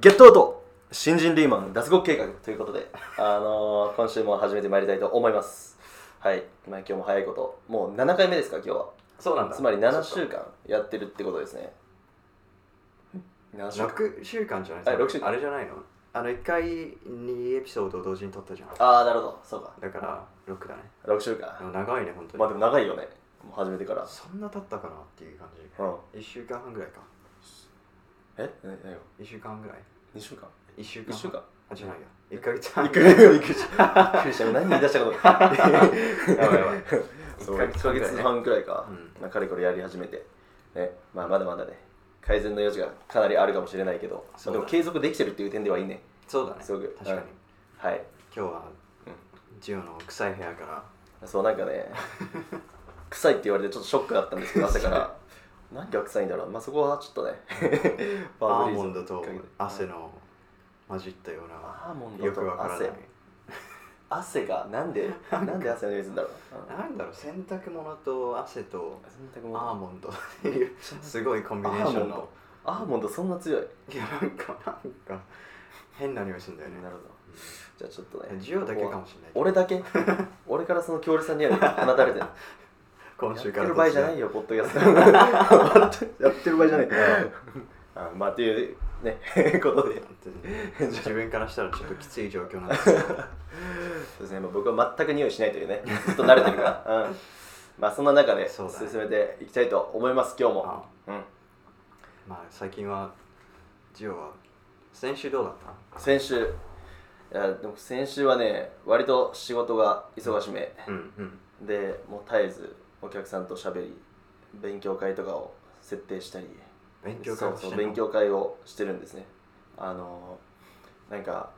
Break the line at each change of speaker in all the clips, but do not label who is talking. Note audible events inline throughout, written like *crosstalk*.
ゲットアウト新人リーマン脱獄計画ということで、あのー今週も始めてまいりたいと思います。はい、まあ、今日も早いこと、もう7回目ですか、今日は。
そうなんだ
つまり7週
間
間やってるってことですね。7週間
6週間じゃない
はい六週間
あれじゃないのあの1回にエピソードを同時に撮ったじゃんだ
ああ、なるほど、そうか、
から6だね
6週
で
間。
も長いね本当に、
まあでも長いよね、もう始めてから。
そんな経ったかなっていう感じ
うん。
1週間半ぐらいか
えな何よ
1週間半ぐらい
?2 週間
1週間
?1 週間
あじゃないよ1ヶ月半
びっく
*laughs*
りびっくりした。びっくりした。何言い出したことか。
やばいや
*laughs*
ばい
そう
1
1ヶ月半くらいか、
うん
まあ、かれこれやり始めて、ねまあ、まだまだね改善の余地がかなりあるかもしれないけど、ま
そ
あ、
う
で
だね
も継続できてるっていう点ではいいね
そうだね
すごく
確かに、
うんはい
今日は、
うん
ジオの臭い部屋から
そうなんか
*laughs*
ね臭いって言われてちょっとショックだったんですけど朝から何が臭いんだろうまあそこはちょっ
*laughs*
とね
ア
ファ
ー
ブリ
モ
ズ
ンドと
かけて
汗の混じったような
アーモンド
よくわ
と
からな
汗
い
汗がなん
*laughs*
でなんで汗の匂いするんだろう、うん
なんだろう洗濯物と汗と
洗濯物
アーモンドっていうすごいコンビネ
ア
ー
ー
シ
モ
ョ
ン
ンの
ドアーモンドそんな強い、
いやなんかなんか変な匂いするんだよね
なるほどじゃあちょっと
う
ね
んジオだけ
ここ
か
は
もしれないけど
俺だ *laughs* け俺からその強烈な匂いが放たれてる
今週から
やってる場合じゃないよポッドキャスト *laughs* やってる場合じゃないあまあっていうね *laughs* ことで
突然自分からしたらちょっときつい状況なんです
*laughs*
けど
そうですね、まあ、僕は全く匂いしないというねずっと慣れてる *laughs* から、うん、まあそんな中で
そ
進
うだね
めていきたいと思います今日もう
あ
ん
まあ最近はジオは先週どうだった
先週いやでも先週はね割と仕事が忙しめ
うんうん
でもう絶えずお客さんと喋り勉強会とかを設定したり
勉強会をして
そうそ
る
う
の
勉強会をしてるんですねあのなんか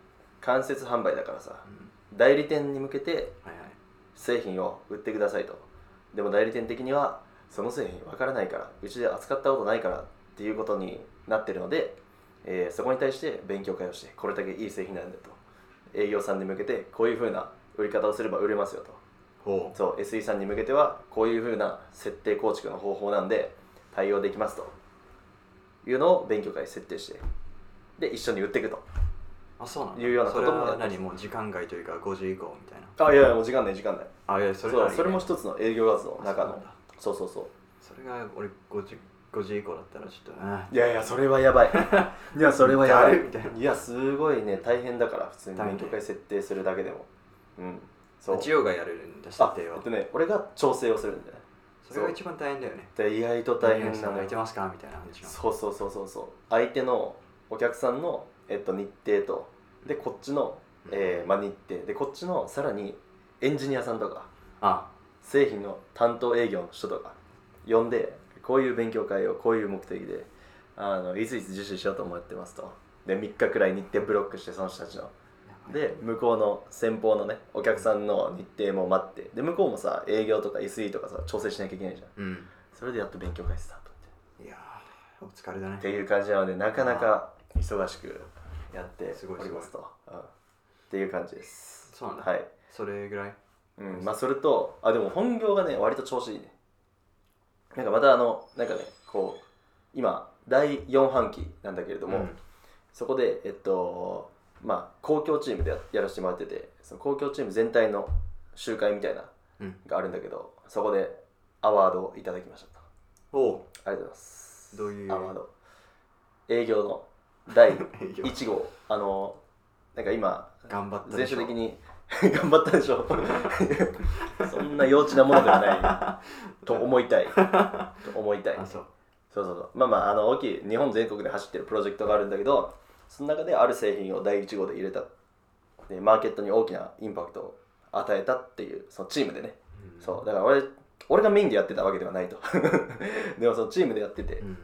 間接販売だからさ
うん
代理店に向けて
はいはい
製品を売ってくださいとでも代理店的にはその製品わからないからうちで扱ったことないからっていうことになってるので、えーそこに対して勉強会をしてこれだけいい製品なんだと営業さんに向けてこういうふうな売り方をすれば売れますよと
ほ
そう SE さんに向けてはこういう風な設定構築の方法なんで対応できますというのを勉強会設定してで一緒に売っていくと
うあそうなんだ
いうようなこ
それ
とも
は何もう時間外というか5時以降みたいな
あいやいやもう時間ない時間ない
あいやそ
そ
れ
う
ならいいね
それも一つの営業活動の中
あそうなん
の
だ
そうそうそう
それが俺5時 ,5 時以降だったらちょっとね
いやいやそれはやば *laughs* いいやそれはやばい
だるみたいない
やすごいね大変だから普通に
大
勉
変
強会設定するだけでもうんそう
ジオがやれるんだ設
あ
定を
えっとね俺が調整をするんだよね
それが一番大変だよね
で意外と大変
何々
な
さ
の
ん空
よ
いてますかみたいな話が
そうそうそうそうそう相手のお客さんの、えっと、日程とでこっちの、えーまあ、日程でこっちのさらにエンジニアさんとか
あ
製品の担当営業の人とか呼んでこういう勉強会をこういう目的であのいついつ実施しようと思ってますとで3日くらい日程ブロックしてその人たちので向こうの先方のねお客さんの日程も待ってで向こうもさ営業とか SE とかさ調整しなきゃいけないじゃん
うん
それでやっと勉強会スタートって
いやーお疲れだね
っていう感じなのでなかなか忙しくやって
すごい
おりますと、うん、っていう感じです
そうなんだ、
はい、
それぐらい
うん、まあそれとあでも本業がね割と調子いいねなんかまたあのなんかねこう今第4半期なんだけれども、
うん
そこでえっとまあ公共チームでややらせてもらっててその公共チーム全体の集会みたいな
うん
があるんだけどそこでアワードをいただきましたと
おう
ありがとうございます
どういう
アワード営業の第
いいよ
1号あのなんか今
頑張った
全
でし
種
ょ
的に *laughs* 頑張ったでしょ *laughs* そんな幼稚なものではないと思いたいと思いたい
あそう
そうそうそうまあまああの大きい日本全国で走ってるプロジェクトがあるんだけどその中である製品を第1号で入れたでマーケットに大きなインパクトを与えたっていうそのチームでね
うん
そうだから俺俺がメインでやってたわけではないと *laughs* でもそのチームでやってて、
うん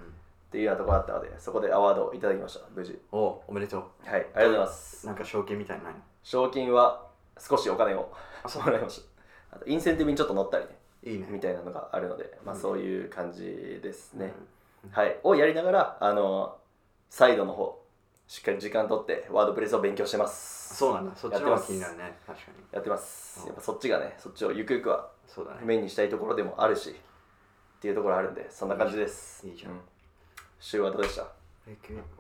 っていうようなところあったのでそこでアワードをいただきました無事
おうおめでと
はいありがとうございます
うなんか賞金みたいなのないの
賞金は少しお金を *laughs*
あそう
もらいましたあとインセンティブにちょっと乗ったりね
いいね
みたいなのがあるので、まあ、
うん
そういう感じですね、
うん
はいをやりながらあのサイドの方しっかり時間取ってワードプレスを勉強してます
そうなんだそっ
や
ちの
っ
方
て
が
ます
気になるね確かに
やってます
うん
やっぱそっちがねそっちをゆくゆくは
そうだね
メインにしたいところでもあるしっていうところあるんでそんな感じです
いいじゃん
う週はどうでした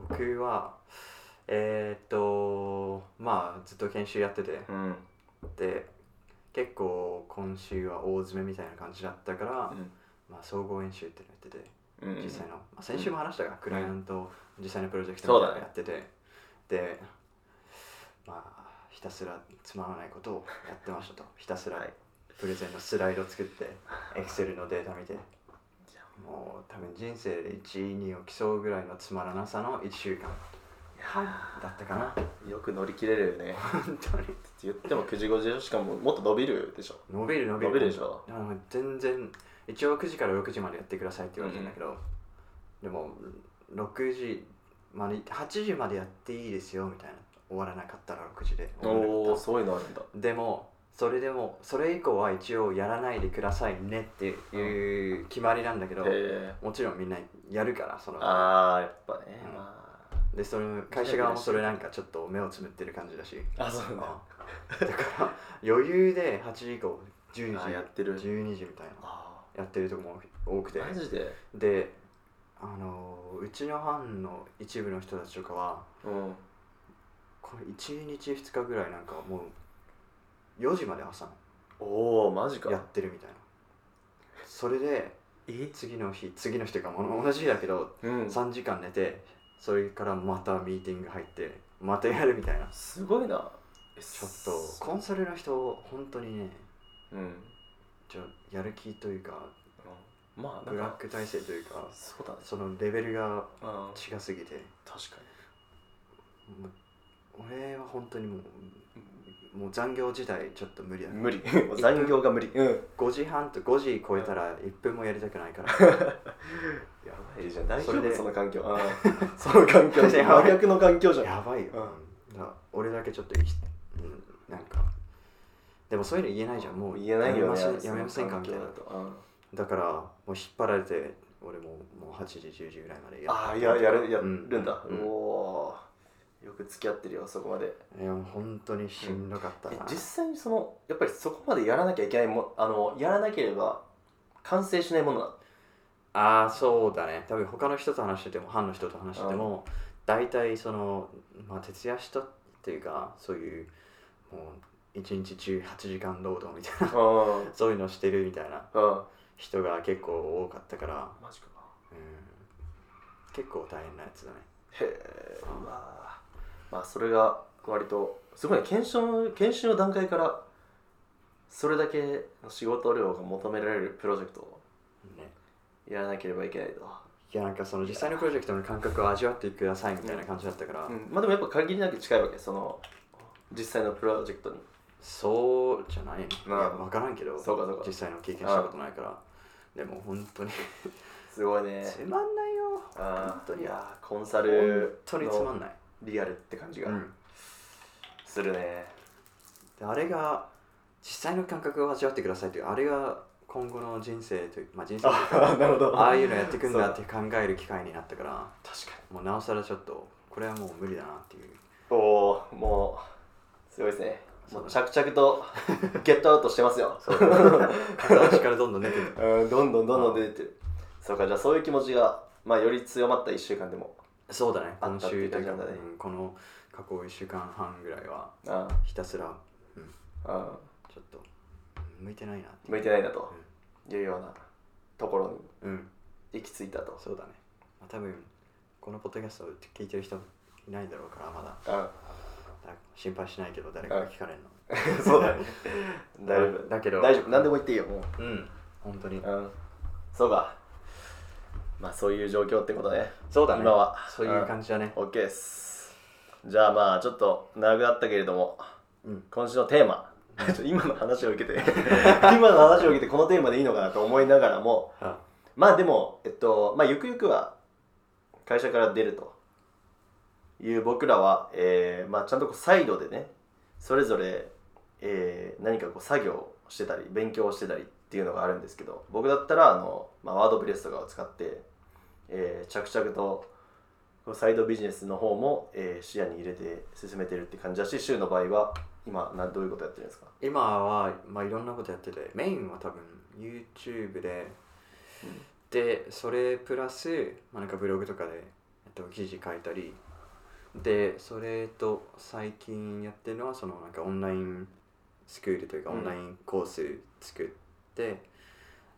僕僕はえーっとまあずっと研修やってて
うん
で結構今週は大詰めみたいな感じだったから、まあ、総合演習っていうのやってて
うんうん
実際の、まあ、先週も話したが、クライアント実際のプロジェクト
そう
み
だ
たい
ね
なのやってて、でまあひたすらつまらないことをやってましたとひたすら
*laughs* はい
プレゼンのスライド作ってエクセルのデータ見てもう多分人生で1位にを競うぐらいのつまらなさの1週間だったかな
よく乗り切れるよねって
本当に
言っても9時5時でしょしかももっと伸びるでしょ
伸びる伸び
伸
る
びるでしょ
でも全然一応9時から6時までやってくださいって言われてんだけど、でも6時まで8時までやっていいですよみたいな終わらなかったら6時で終わらな
お
か
お
っ
そういうのあるんだ
たでもそれでもそれ以降は一応やらないでくださいねっていう決まりなんだけど、
へえ
もちろんみんなやるからその
あーやっぱね、
うん
ま
でその会社側もそれなんかちょっと目をつむってる感じだし
ああそうなんだ
だから余裕で8時以降10
あ
時
やってる
12時みたいな
あ
やってるとこも多くて
マジで
であのーうちの班の一部の人たちとかは
うん
これ1日2日ぐらいなんかもう4時まで朝
おおマジか
のやってるみたいなそれで
え
次の日次の日というかもう同じ日だけど
うん
3時間寝てそれからまたミーティング入ってまたやるみたいな
すごいなえ
ちょっとコンサルの人本当にね
うん、うん
ちょやる気というか
まあ
ブ
な
ラ
ん
ッ
か
ク体制というか
そうだね
そのレベルが
うん
違すぎて
確か
もう俺は本当にもうもう残業自体ちょっと無理だ
に無理 *laughs* 残業が無理うん
5時半と5時超えたら1分もやりたくないから
*laughs* やばいじゃん大丈
それ
夫
で
その環境うん *laughs* その環境
いや
真逆の環境じゃん
やばいよ、だから俺だけちょっと生きうんなんかでもそういうの言えないじゃんもう
言えないよね
やめませんやめませんかみたいな
その環境だとうん
だからもう引っ張られて俺ももう8時10時ぐらいまで
ああややるやるんだ、
う
おおーよく付き合ってるよそこまで
いやもう本当にしんどかった
え
な、
実際にそのやっぱりそこまでやらなきゃいけないもあのやらなければ完成しないものだ
ああそうだね多分他の人と話してても班の人と話してても大体その、まあ、徹夜したっていうかそういうもう1日中8時間労働みたいな *laughs*
うんうん
そういうのしてるみたいな人が結構多かったから、
マジか
うん、結構大変なやつだね
へえうわーまあそれが割とすごいね研修研修の段階からそれだけの仕事量が求められるプロジェクトを
ね
やらなければいけないと、
いやなんかその実際のプロジェクトの感覚を味わってくださいみたいな感じだったから、
うんまあでもやっぱ限りなく近いわけその実際のプロジェクトに
そうじゃないの、
まあ
いや分からんけど
そうかそうか
実際の経験したことないから、でも本当に
すごいね
*laughs* つまんないよ
あ
本当
ーい
に
やーコンサ
本
ル
当につま
の
んない、
リアルって感じが
うん
するね、
であれが実際の感覚を味わってくださいというあれが今後の人生というまあ人生というか
ああなるほど
ああいうのやっていくんだ
そう
って考える機会になったから
確か
もうなおさらちょっとこれはもう無理だなっていう
におおもうすごいですねもう着々とゲットアウトしてますよ
そう片足からどんどん出てる
*laughs* うんどんどんどんどん出てるそうかじゃあそういう気持ちがまあより強まった1週間でも
そうだね
あっ
今
たってい
週
う感
だ
じ
け
なんだね
うんこの過去1週間半ぐらいは
あ
ひたすら
ああ
ちょっと向いてないなって
向いてないなというようなところに
うん
行き着いたと
そうだね、まあ、多分このポッドキャストを聞いてる人いないだろうからまだ
あ
だ心配しないけど誰かが聞かれる
*laughs*
の
そうだね大丈夫
だけど
大丈夫何でも言っていいよもう
うん本当に
うんそうかまあそういう状況ってことね
そうだね
今は
そういう感じだね
OK ですじゃあまあちょっと長かったけれども
うん
今週のテー
*laughs*
マちょ今の話を受けて今の話を受けてこのテーマでいいのかなと思いながらも
あ
まあでもえっとまあゆくゆくは会社から出るという僕らは、えーまあ、ちゃんとこうサイドでねそれぞれ、えー何かこう作業をしてたり勉強をしてたりっていうのがあるんですけど僕だったらあの、まあ、ワードプレスとかを使って、えー着々とこうサイドビジネスの方も、えー視野に入れて進めてるって感じだし週の場合は今などういうことやってるんですか
今は、まあ、いろんなことやっててメインは多分 YouTube で、でそれプラス、まあ、なんかブログとかでえっと記事書いたりでそれと最近やってるのはそのなんかオンラインスクールというか
う
オ
ん
ンラインコース作って、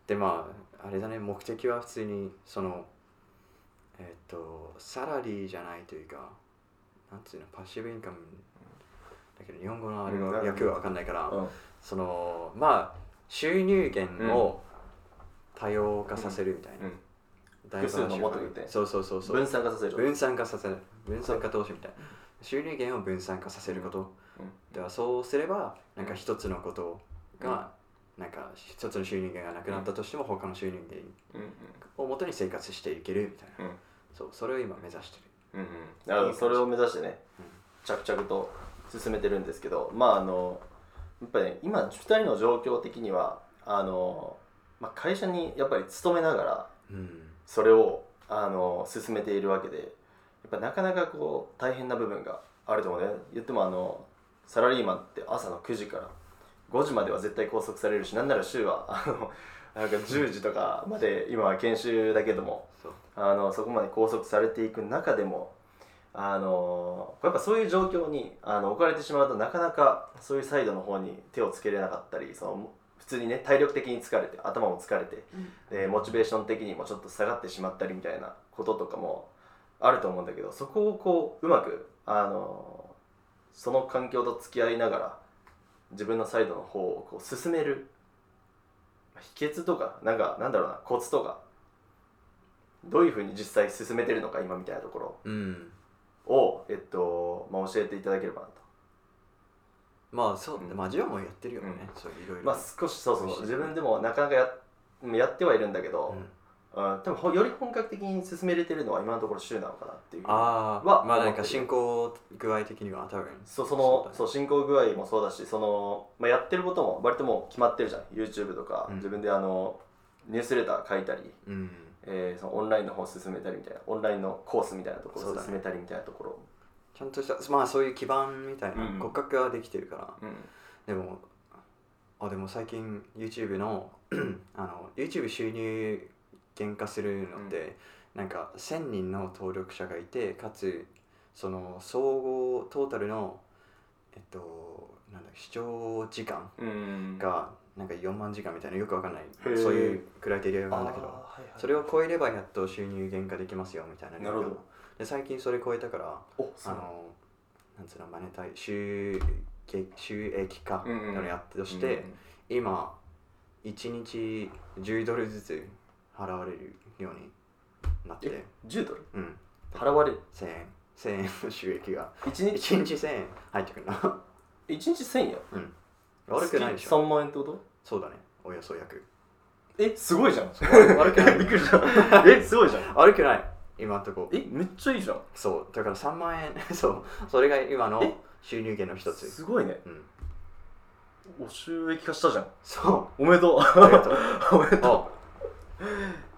でまああれだね目的は普通にそのえっ、とサラリーじゃないというかなんつうのパッシブインカムだけど日本語のあれの役が分かんないから、
うん
そのまあ収入源を多様化させるみたいな、
うん
ダイバーシ
複数の
ティ
もと言って
そうそうそうそう
分散化させる
分散化させる分散化投資みたいな収入源を分散化させること
うん
ではそうすればなんか一つのことが、なんか一つの収入源がなくなったとしても他の収入源
うん
をもとに生活していけるみたいな、
うん
そうそれを今目指して
うんうんなるほどそれを目指してね着々と進めてるんですけどまああのやっぱり、ね、今2人の状況的にはあの、まあ、会社にやっぱり勤めながら
るうん
それをあの進めているわけでやっぱなかなかこう大変な部分があると思うね言ってもあのサラリーマンって朝の9時から5時までは絶対拘束されるしなんなら週はあのなんか10時とかまで今は研修だけども
そう
あのそこまで拘束されていく中でもあのやっぱそういう状況にあの置かれてしまうとなかなかそういうサイドの方に手をつけれなかったりその普通にね体力的に疲れて頭も疲れてでモチベーション的にもちょっと下がってしまったりみたいなこととかもあると思うんだけどそこをこううまくあのその環境と付き合いながら自分のサイドの方をこう進める秘訣とかなんかなんだろうなコツとかどういうふうに実際進めてるのか今みたいなところ
うん
を、えっとまあ、教えていただければなと、
まあそう、
うん
まあジオもやってるよね、
うん
そういろいろ
まあ、少しそうそう自分でもなかなかややってはいるんだけど、
うん
うん、でもほより本格的に進めれてるのは今のところ週なのかなっていう
あ
は
あまあな
思
ん
って
か
る
進行具合的には多分
そうその
そうだね
そう、進行具合もそうだしその、まあ、やってることも割ともう決まってるじゃん YouTube とか、
うん
自分であのニュースレター書いたり、
うん
えーそのオンラインの方進めたりみたいなオンラインのコースみたいなとこ
そ
ろ
うだ
を
ね
進めたりみたいなところ
ちゃんとしたまあそういう基盤みたいな
うん
骨格はできてるから、
うん
でもあでも最近 YouTube の *clears throat* あの YouTube 収入減価するのって、なんか1000人の登録者がいてかつその総合トータルのえっとなんだ視聴時間
うん
がなんか4万時間みたいなよくわかんない
へー
そういうクライテリア
あ
な
ー
んだけど
はいはい
それを超えればやっと収入減価できますよみたいな
なるほど
で最近それ超えたから
おそ
あ
う
のなんつうのマネタイ収益収益化
うんうん
のやってとして、今1日10ドルずつ払われるようになって
え、10ドル
うん、
払われる
1000円1000円の収益が
1日
1日1000円入ってくるな
一日1000円
*laughs* うん悪くないでしょ
3万円ってこと
そうだねおよそ約
えすごいじゃん
悪く
*laughs*
な
びっ
い
くりしたえすごいじゃん
悪くない今んとこ
えめっちゃいいじゃん
そうだから3万円 *laughs* そうそれが今の
え
収入源の一つ
すごいね
うん
お収益化したじゃん *laughs*
そ
おめでとう
うありがとう
おめでとう
あ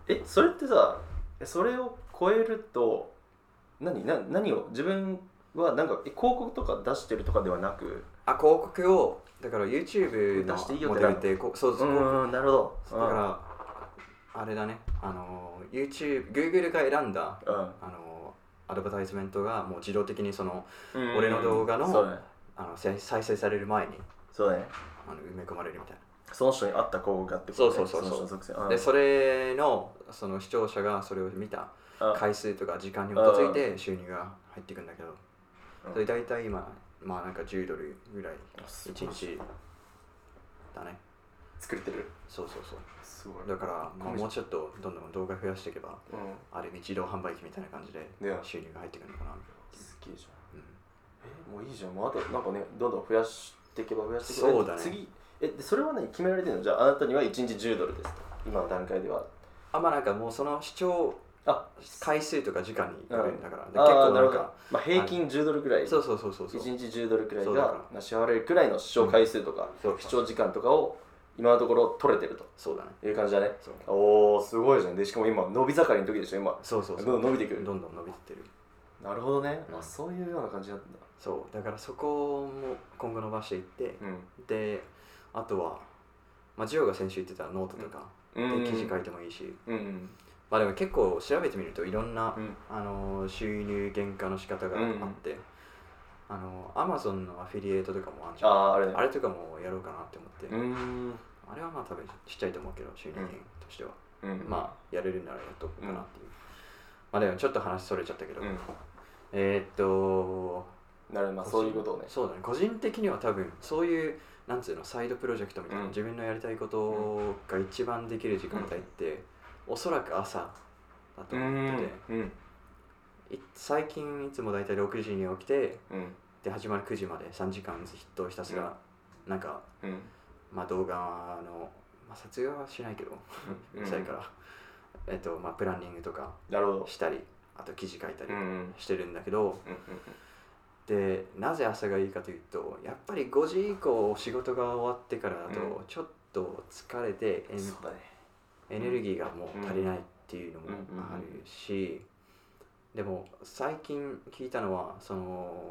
えそれってさえそれを超えると何な何を自分はなんかえ広告とか出してるとかではなく
あ広告をだから YouTube の
出していいよっ
モ
て
デルってこうそうそう広告
んなるほ
だからあれだねあの YouTube Google が選んだ
ら、
あのアドバタイズメントがもう自動的にその
うん、
俺の動画の
そうだね
あの再再生される前に
そうだね
あの埋め込まれるみたい
その人に合った広告がってことね
そうそうそうそう
の人の属性
な、
うん
でそれのその視聴者がそれを見た
うん
回数とか時間に基づいて収入が入ってくんだけど
うん
それ大体今まあなんか10ドルぐらい
あすごい
1日だね
作れてる
そうそうそう
すごい
だからまあもうちょっとどんどん動画増やしていけば
うん
ある意味自動販売機みたいな感じで
ね
収入が入ってくるのかな、
すげえじゃん
うん
えもういいじゃんもうあとなんかねどんどん増やしていけば増やしていけば
そうだね
次えでそれは何決められてるのじゃああなたには1日10ドルですと今の段階では
あまあなんかもうその視聴
あ
回数とか時間によるんだから、
あ
で結
ーな
構な
る
ん
ほど
か、
まあ、平均10ドルくらい
そうそうそうそうそう
1日10ドルくらい
そうだ
が
か
まあ支払われるくらいの視聴回数とか、
そう
視聴時間とかを今のところ取れてる
そうだね
という感じだね
そう
おおすごいじゃんでしかも今伸び盛りの時でしょ今
そうそうそう
どんどん伸びてくる
どんどん伸びてってる
なるほどね、
うん
あそういうような感じだったんだ
そうだからそこも今後伸ばしていって、であとはまあジオが先週言ってたノートとか
う
で
ん
記事書いてもいいし、
うん
まあでも結構調べてみるといろんな、
うん
あの収入減価の仕方があって、あのアマゾンのアフィリエイトとかもあるじ
あ
ゃん
ああれね
あれとかもやろうかなって思って、
うーん
あれはまあ多分ちっちゃいと思うけど収入減としては、
うん
まあやれるならやっとこうかなっていう、まあでもちょっと話それちゃったけど、
うん
えーっと
なるほどまあそういうことをね
そうだね個人的には多分そういうなんつうのサイドプロジェクトみたいな、
うん
自分のやりたいことが一番できる時間帯って、おそらく朝だと
う
思
ん
って
うん
て、い最近いつも大体6時に起きて
うん
で始まる9時まで3時間ずっとひたすら、なんか、
うん
まあ、動画の、まあ、撮影はしないけど
うん
うるさいから、えっとまあ、プランニングとか
なるほど
したりあと記事書いたり
うんうん
してるんだけど、
うん
でなぜ朝がいいかというとやっぱり5時以降仕事が終わってからだ
う
とちょっと疲れてエ
うん
ネ,、
そうだね
ルギーがもう足りないっていうのもあるし、でも最近聞いたのはその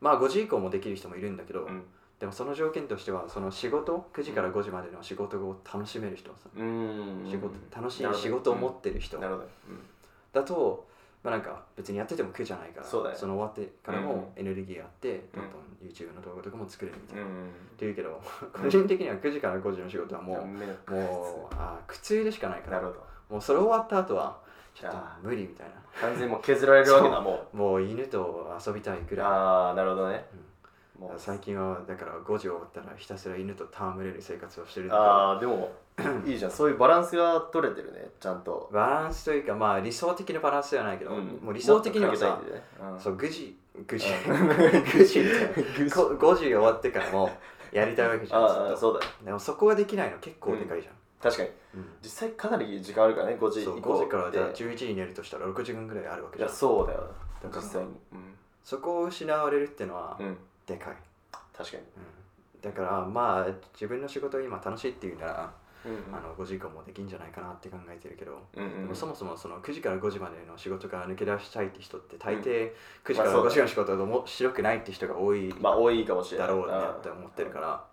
まあ5時以降もできる人もいるんだけ
う
ど、
ん
でもその条件としてはその仕事9時から5時までの仕事を楽しめる人、
うん
仕事楽しい
なるほど
仕事を持ってる人
なるほどうん
だと、まあ、なんか別にやってても苦じゃないから
そうだよ
の終わってから
うん
もエネルギーあって、
うん
どんどん YouTube の動画とかも作れるみたいな、
う
っ
ん
ていうけど個人的には9時から5時の仕事は
もう
もうもうあー苦痛でしかないか
な
ら
るほど
もうそれ終わった後はちょっと
あ
無理みたいな
完全にもう削られるわけだも
もう犬と遊びたいぐ
う
ら
ああなるほどね
い、うん
もう
最近はだから5時終わったらひたすら犬と戯れる生活をしてるんだけど
ああでもいいじゃんそういうバランスが取れてるねちゃんと
バランスというかまあ理想的なバランスではないけど、
うん
もう理想的には
も
さ
っとかけたいんでねうん
そう、ぐじ、ぐじ、 *laughs* ぐじって、
ぐじ
こ5時終わってからもやりたいわけじゃん。ずっ
ああ
と
そうだね
でもそこができないの結構でかいじゃん。
確かに
うん
実際かなり時間あるからね5時以
そう
降
5時から
って
じゃあ11時に寝るとしたら6時間ぐらいあるわけ
い
じゃ
や
ん。
そうだよ
だ
実
から
際にうん
そこを失われるってのは
うん
でかい。
確かに
うんだからまあ自分の仕事を今楽しいっていうなら、
うん
あの5時以降もできんじゃないかなって考えてるけど、
うん
で
う
も
ん
そもそもその9時から5時までの仕事から抜け出したいって人って大抵9
ま
時
あ
から
そうだ
5時の仕事が面白くないって人が多い
まあ多いかもしれな
だ
い
ろうなって思ってるから、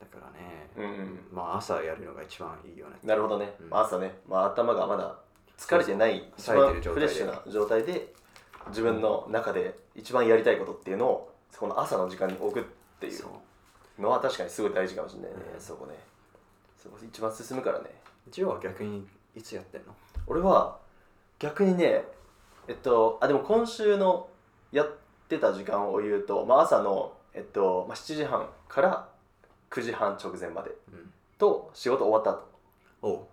だからね、
うんうん
まあ朝やるのが一番いいよね。
なるほどね
うん
まあ朝ねまあ頭がまだ疲れてない一
そうそう
番フレッシュな状態で自分の中で一番やりたいことっていうのをこの朝の時間に置くっていう
そう
のは確かにすごい大事かもしれないね、
うん
そこねそこ一番進むからね
ジオは逆にいつやってんの
俺は逆にねえっとあでも今週のやってた時間を言うと、まあ、朝の、えっとまあ、7時半から9時半直前まで
うん。
と仕事終わった後
おう
終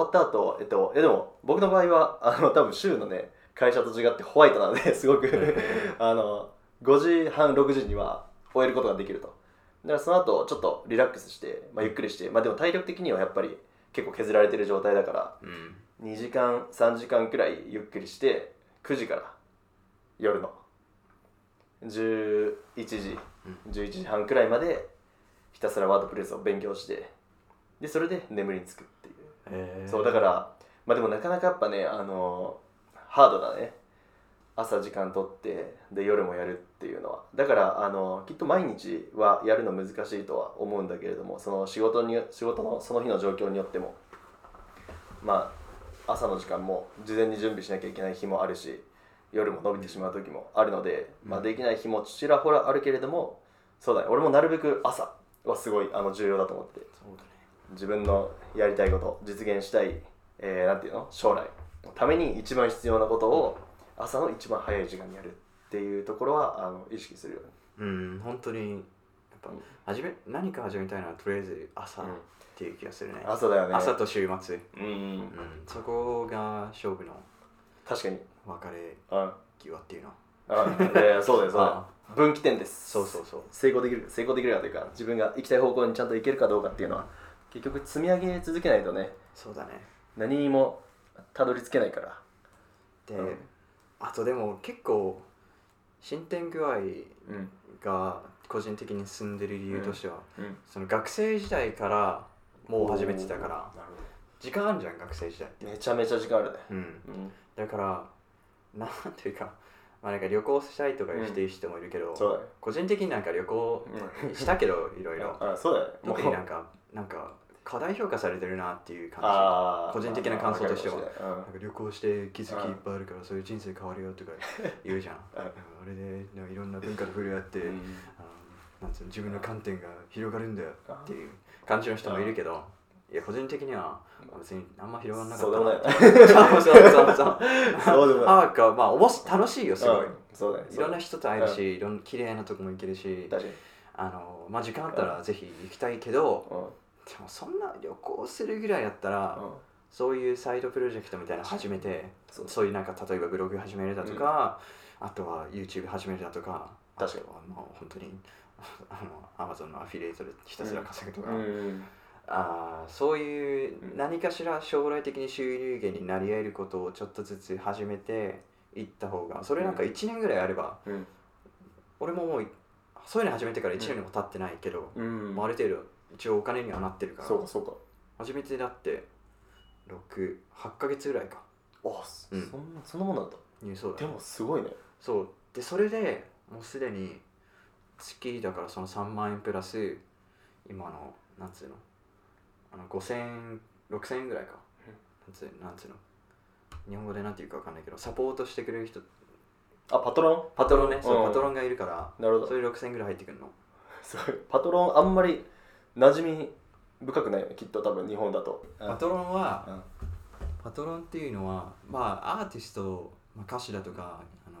わった後、えっと、えでも僕の場合はあの多分週のね会社と違ってホワイトなので *laughs* すごくあの5時半6時には終えることができるとだからその後ちょっとリラックスして、まあ、ゆっくりして、まあ、でも体力的にはやっぱり結構削られてる状態だから
うん。
2時間3時間くらいゆっくりして9時から夜の11時11時半くらいまでひたすらワードプレスを勉強してでそれで眠りにつくっていう
えー
そうだからまあでもなかなかやっぱねあのハードだね朝時間取ってで夜もやるっていうのはだからあのきっと毎日はやるの難しいとは思うんだけれどもその仕事に仕事のその日の状況によってもまあ朝の時間も事前に準備しなきゃいけない日もあるし夜も伸びてしまう時もあるので、まあ、できない日もちらほらあるけれどもそうだね俺もなるべく朝はすごいあの重要だと思ってて
そうだね。
自分のやりたいこと実現したい、えーなんていうの将来のために一番必要なことを朝の一番早い時間にやるっていうところはあの意識するよ
うん、本当に、やっぱ、
うん
始め何か始めたいのはとりあえず朝っていう気がするね
う。に朝だよね
朝と週末、
うんうん
うん。そこが勝負の
確かに
分かれ
うんうん
際っていうの。
えーそうだよそ
*laughs*
うだよ分岐点です
そうそうそう。
成功できる成功できるかというか自分が行きたい方向にちゃんと行けるかどうかっていうのは結局積み上げ続けないとね
そうだね。
何にもたどり着けないから
で、
うん
あとでも結構進展具合
うん
が個人的に進んでる理由としては、
うん
その学生時代からもう始めてたから
なる
時間あるじゃん学生時代、
ほどめちゃめちゃ時間あるね
うん、
うん
だからなんていうか,、 *laughs* まあ、なんか旅行したいとか
うん
してる人もいるけど、
そうだね
個人的になんか旅行したけどいろいろ
あそうだよね
特になんかなんか過大評価されてるなっていう感
あー
個人的な感想としては
わかるかも
じなんか旅行して気づきいっぱいあるからそういう人生変わるよとか
*laughs*
言うじゃん
うん
あれでなんかいろんな文化と触れ合って、
しれないうん
あのなんつうの自分の観点が広がるんだよっていう感じの人もいるけどいや個人的には別にあんま広がらなか
そう
っ
で
た
もない
*laughs*
よね
そうそうそうそう
そうでもない
ああかまあおもし楽しいよすごい、
うんそうだよ
いろんな人と会えるし、いろんな綺麗なとこも行けるし
確かに
あの、まあ、時間あったらぜひ行きたいけど、
うん
でもそんな旅行するぐらいやったら、
うん
そういうサイドプロジェクトみたいなの始めて
そ
そうういうなんか例えばブログ始めるだとか、あとは YouTube 始めるだとか
確かに
あとはもう本当にあの Amazon のアフィリエイトでひたすら稼ぐとか、
うん
あーそういう
うん
何かしら将来的に収入源になり得ることをちょっとずつ始めていった方がそれなんか
うん
1年ぐらいあれば、
うん
俺ももうそういうの始めてから1年も経ってないけど、
うん
もうある程度一応お金にはなってるから
そうかそうか
初めてだって68ヶ月ぐらいか
あそ
うん
そんなそんなもんなんだ
入そうだ
でもすごいね
そうでそれでもうすでに月だからその3万円プラス今のなんつうのあの5000 6000円ぐらいか
うん
なんつうなんつうの日本語でなんていうかわかんないけどサポートしてくれる人
あパトロ
パトロンねそう
うん
パトロンがいるから
ンなるほ
そ
ど
れ6000円ぐらい入ってくるの
すごいパトロンあんまり馴染み深くないよねきっと多分日本だと
パトロンは
うん
パトロンっていうのはまあアーティスト、まあ、歌手だとかあの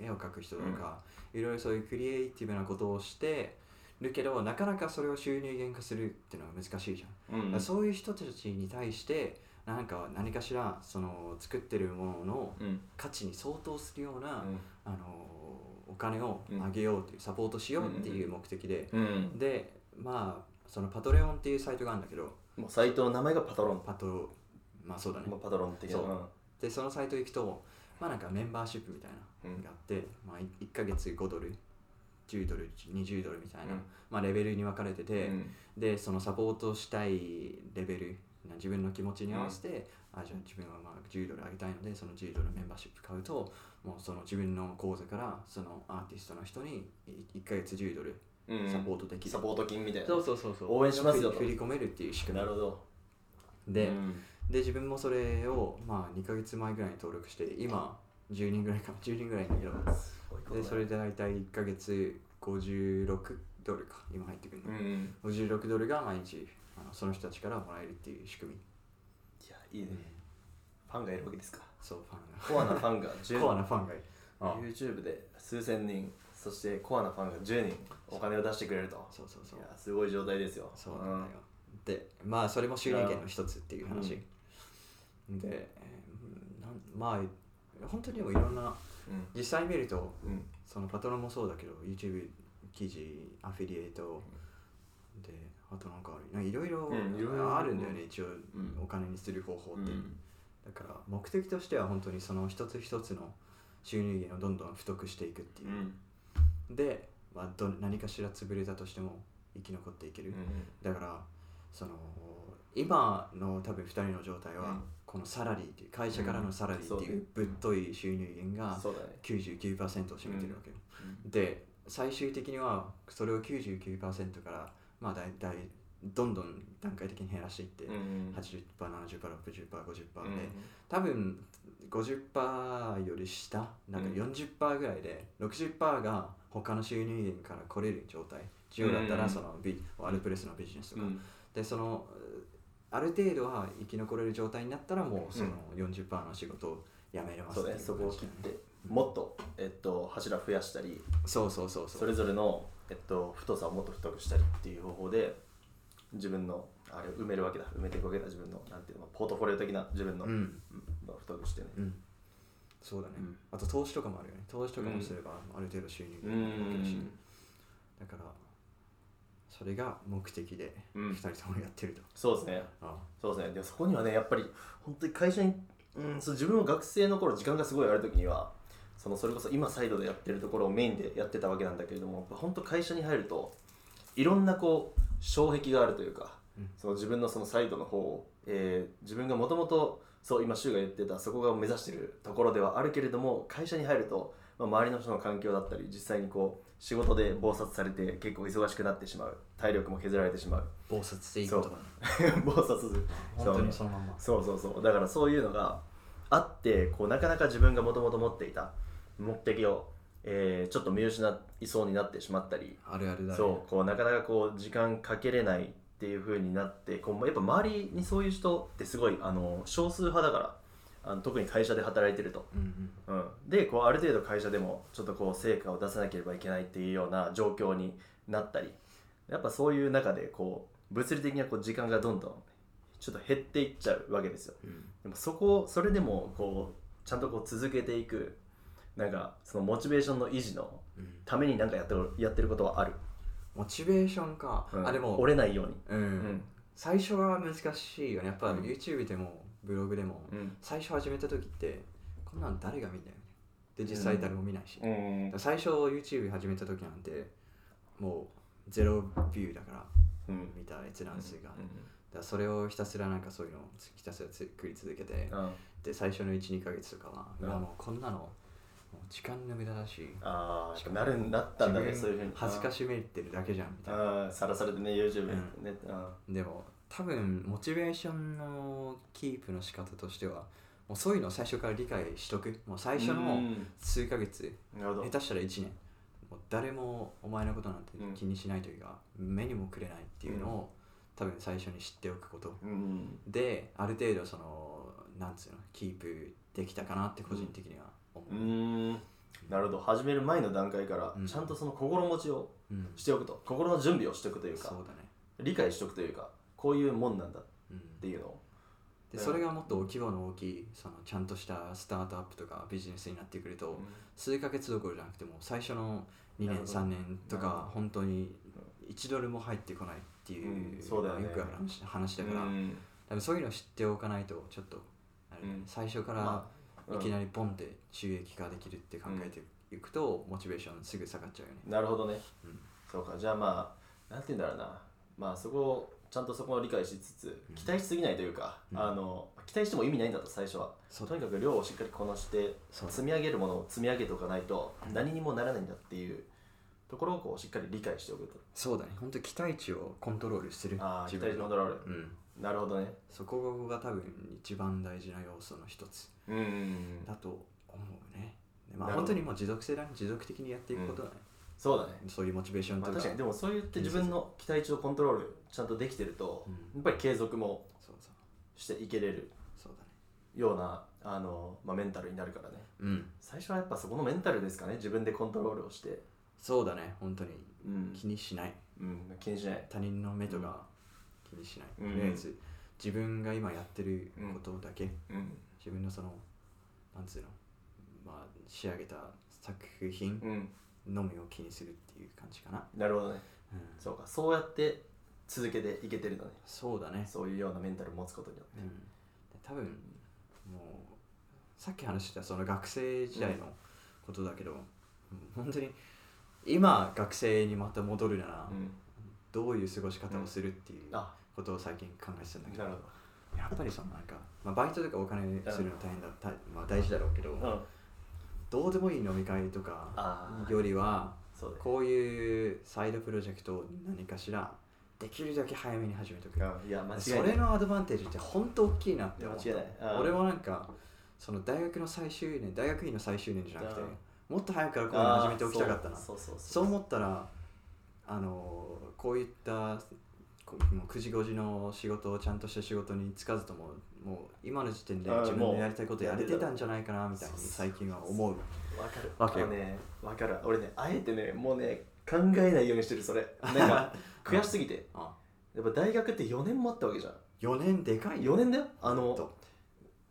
絵を描く人とか、いろいろそういうクリエイティブなことをしてるけどなかなかそれを収入源化するっていうのは難しいじゃん、
うん
だからそういう人たちに対してなんか何かしらその作ってるものの
うん
価値に相当するような、
うん
あのお金をあげようという、サポートしようっていう目的で、
うん
でまあそのパトレオンっていうサイトがあるんだけど
もうサイトの名前がパトロン
パトまあそうだね
まあパトロン的な
そうでそのサイト行くとまあなんかメンバーシップみたいなのがあって、まあ、1ヶ月5ドル10ドル20ドルみたいな、
うん
まあ、レベルに分かれて
う
て、
ん
でそのサポートしたいレベルな自分の気持ちに合わせて、あじゃあ自分はまあ10ドルあげたいのでその10ドルメンバーシップ買うともうその自分の口座からそのアーティストの人に1ヶ月10ドル
うん
サポートできる、
サポート金みたいな
そうそうそうそう
応援しますよと
振り込めるっていう仕組
な
み
るほど
で、
うん
で自分もそれを、まあ、2ヶ月前ぐらいに登録して今10人ぐらいかな10人ぐらい *laughs* にいるの
すごいことだ
で
ね
それで大体1ヶ月56ドルか今入ってくる
う
の、
ん
56ドルが毎日あのその人たちからもらえるっていう仕組み、
いやいいねファンがいるわけですか
そうファ
コアなファンが
ン *laughs* がコア
10
なファンがいるあ
YouTube で数千人そしてコアなファンが10人お金を出してくれると
そうそうそう
いやすごい状態ですよ
そうなんだよ、でまあそれも収入源の一つっていう話、で、えーなんまあ本当にでもいろんな
うん
実際見ると
うん
そのパトロンもそうだけど YouTube 記事アフィリエイトであとなんかあるいろいろ
うんいろいろ
あるんだよね、一応
ん
お金にする方法
う
って、
ん
だから目的としては本当にその一つ一つの収入源をどんどん太くしていくっていう
う、ん
で、まあ、ど何かしら潰れたとしても生き残っていける、だからその今の多分2人の状態は、
うん
このサラリーっていう会社からのサラリーってい
うん
うぶっとい収入源が
そうだね
99%を占めてるわけよ、で最終的にはそれを99%からまあだいたいどんどん段階的に減らしていって、
うん
80%、70%、60%、50%
う
で、
ん
多分50%より下、なんか
うん
40%ぐらいで、60%が他の収入源から来れる状態。需要だった
う
ら
ん
そのビワールドプレスのビジネスと
う
か。
ん
で、そのある程度は生き残れる状態になったらもうその40%の仕事を辞めれま
そ
すっ
う
てい
だ
う
ねそこを
感
切
じ
っ
だね
てもっとえっと柱増やしたり
そうそうそうそう
それぞれのえっと太さをもっと太くしたりっていう方法で自分のあれを埋めるわけだ埋めていくわけだ自分のなんていうのポートフォリオ的な自分の、
うん
うん太くしてね
うんそうだね、
うん
あと投資とかもあるよね投資とかもすればある程度収入
う
が入ってくるし、
ん
だからそれが目的で
うん
2人ともやってると、
そうですね
あ
そうですねでもそこにはねやっぱり本当に会社に、うん、そう自分も学生の頃時間がすごいある時にはそのそれこそ今サイドでやってるところをメインでやってたわけなんだけれどもやっぱ本当会社に入るといろんなこう障壁があるというか、
うん
その自分のそのサイドの方を、えー自分がもともとそう今柊が言ってたそこが目指してるところではあるけれども会社に入るとまあ、周りの人の環境だったり実際にこう仕事で忙殺されて結構忙しくなってしまう体力も削られてしまう *laughs*
暴殺っていい言葉だね
忙殺する
本当にそのまんま
そうそうそうだからそういうのがあってこうなかなか自分がもともと持っていた目的を、えーちょっと見失いそうになってしまったり、
あるあるだね
そうこうなかなかこう時間かけれないっていう風になってこうやっぱ周りにそういう人ってすごいあの少数派だからあの特に会社で働いてると、
うんうん
うん、でこうある程度会社でもちょっとこう成果を出さなければいけないっていうような状況になったりやっぱそういう中でこう物理的なこう時間がどんどんちょっと減っていっちゃうわけですよ
うん
でもそこをそれでもこうちゃんとこう続けていくなんかそのモチベーションの維持の
うん
ためになんかやってるやってることはある、
モチベーションか、
うん
あでも
折れないように
うん、
うん
最初は難しいよねやっぱ
うん
YouTube でもブログでも、
うん
最初始めた時ってこんなん誰が見んだよねで実際誰も見ないし、
うん
最初 YouTube 始めた時なんてもうゼロビューだから
うん
見た閲覧数が、だか
う
らそれをひたすらなんかそういうのをひたすら作り続けて、
んうん
で最初の12ヶ月とかは、
うん
いやもうこんなのもう時間の無駄だし
あ
し
あ
かも
なるなったんだね
自
そういうふう
分
に
恥ずかしめってるだけじゃんみたいな
ああさらされてね YouTube
うん
ね、うん
でも多分モチベーションのキープの仕方としてはもうそういうのを最初から理解しとくもう最初
う
の
ん
数ヶ月
なるほど
下手したら1年もう誰もお前のことなんて気にしないというか、目にもくれないっていうのを、多分最初に知っておくこと
うん
である程度そのなんつうのキープできたかなって個人的には思
う
う、
んなるほど始める前の段階から
うん
ちゃんとその心持ちを
うん
しておくと心の準備をしておくという
そ
か
うだね、
理解しておくというかこういうもんなんだっ
うん
ていうのを
でそれがもっと規模の大きいそのちゃんとしたスタートアップとかビジネスになってくると、数ヶ月どころじゃなくてもう最初の2
なる
年
ほど
3年と
なるほ
か本当に1ドルも入ってこないっていう,、
うんそうだよね
くある話話だから、
うん
多分そういうの知っておかないとちょっとあれだね、
うん
最初か
ま
ら
うん
いきなりポンって収益化できるって考えていくと、モチベーションすぐ下がっちゃうよね、
なるほどね
うん
そうかじゃあまあなんて言うんだろうなまあそこをちゃんとそこを理解しつつ期待しすぎないというか、
うん
あの期待しても意味ないんだと最初は
そう
とにかく量をしっかりこなして
そう
積み上げるものを積み上げておかないと
うん
何にもならないんだっていうところをこうしっかり理解しておくと
そうだね本当期待値をコントロールする
ああ期
自
待
分
値
の
のドラル
うん
なるほどね
そこが多分一番大事な要素の一つ
うん
だと思うね。でまあ
なるほど
本当にもう持続性だね、持続的にやっていくことだね。
そうだね、
そういうモチベーション
ま
と
あ、
か。
確かにでもそう言って自分の期待値をコントロールちゃんとできてると、
うん
やっぱり継続も
そうそう。
していけれる
そうだね。
ようなあの、まあ、メンタルになるからね
うん。
最初はやっぱそこのメンタルですかね自分でコントロールをして、
そうだね、本当に
うん
気にしない。
うん、気にしない
他人の目とか気にしない。
うん
とりあえず、自分が今やってることだけ、
うん
自分のその、なんつうの、まあ、仕上げた作品
うん
のみを気にするっていう感じかな。
なるほどね
うん、
そうかそうやって続けていけてるのね
そうだね。
そういうようなメンタルを持つことによって
うん、多分もうさっき話したその学生時代のことだけど、うん本当に今学生にまた戻るなら、
うん
どういう過ごし方をするっていう
あ
ことを最近考えてたんだけど
なる
やっぱりそのなんか、まあ、バイトとかお金するの大変だ、たまあ、大事だろうけど、
ほどうん
どうでもいい飲み会とか
ああ
よりは
そうだね
こういうサイドプロジェクトを何かしらできるだけ早めに始めとく
うんいや間違いない
それのアドバンテージって本当大きいなって思った
いや間違いないうん
俺はなんかその大学の最終年大学院の最終年じゃなくて
うん
もっと早くからこういうの
あー
始めておきたかったなそう
そうそうそう
思ったらあのーこういったこうもう9時5時の仕事をちゃんとした仕事に就かずとももう今の時点で
うん
自分
もう
でやりたいことやれてたんじゃないかなみたいに
そうそう
最近は思う
わかる
わけよ
あのねわかる俺ねあえてねもうね考えないようにしてるそれなん
*laughs*
か悔しすぎて
あ
やっぱ大学って4年もあったわけじゃん
4年でかい
4年だよあ
ほ
の
んと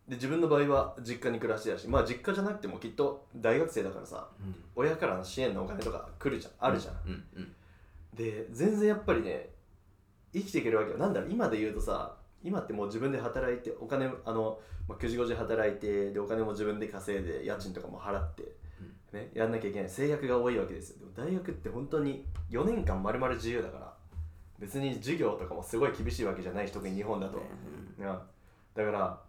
で自分の場合は実家に暮らしてたしまあ実家じゃなくてもきっと大学生だからさ
うん
親からの支援のお金とか来るじゃんあるじゃん、
うんうん
で全然やっぱりね生きていけるわけよなんだろう今で言うとさ今ってもう自分で働いてお金あの、まあ、9時5時働いてでお金も自分で稼いで家賃とかも払って、ね、やんなきゃいけない制約が多いわけですよでも大学って本当に4年間まるまる自由だから別に授業とかもすごい厳しいわけじゃないし特に日本だと、
ねうん
うんだから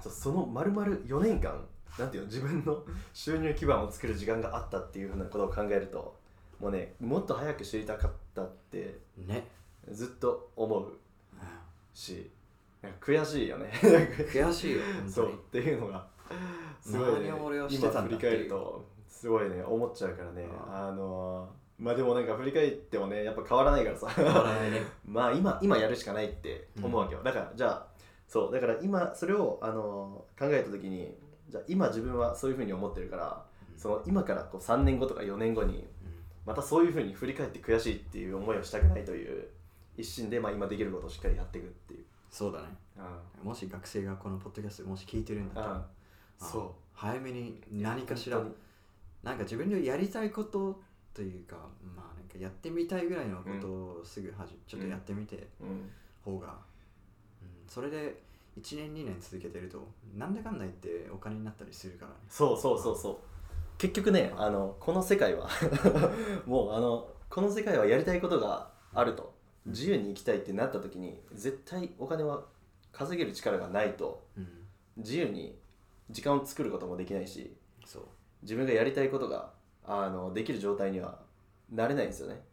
そそのまるまる4年間なんていうの自分の *laughs* 収入基盤を作る時間があったっていうふうなことを考えるともうねもっと早く知りたかったって
ね
ずっと思うしなんか悔しいよね
悔しい
*laughs*
よ本
そ
当
うっ
に
ていうのがすごい、ね
何を俺は、して
今
たん
振
だ
り
って
返
いう
るとすごいね思っちゃうからね
うん
あのーまあでもなんか振り返ってもねやっぱ変わらないからさ
笑えね
まあ今今やるしかないって思うわけよ、だからじゃあそうだから今それをあの考えた時にじゃあ今自分はそういうふうに思ってるから *laughs* その今からこう3年後とか4年後にまたそういうふうに振り返って悔しいっていう思いをしたくないという一心で、まあ、今できることをしっかりやっていくっていう、
そうだね
うん
もし学生がこのポッドキャストもし聞いてるんだったら
うん
あ
そ
早めに何
う
かしら
本
なんか自分のやりたいことというかまあなんかやってみたいぐらいのことをすぐはじ、ちょっとやってみて
当にうん
方が、うん、それで1年2年続けてるとなんだかんだ言ってお金になったりするからね
そうそうそうそう結局ねあのこの世界は *laughs* もうあのこの世界はやりたいことがあると自由に生きたいってなった時に絶対お金は稼げる力がないと
うん
自由に時間を作ることもできないし
そう
自分がやりたいことがあのできる状態にはなれないんですよね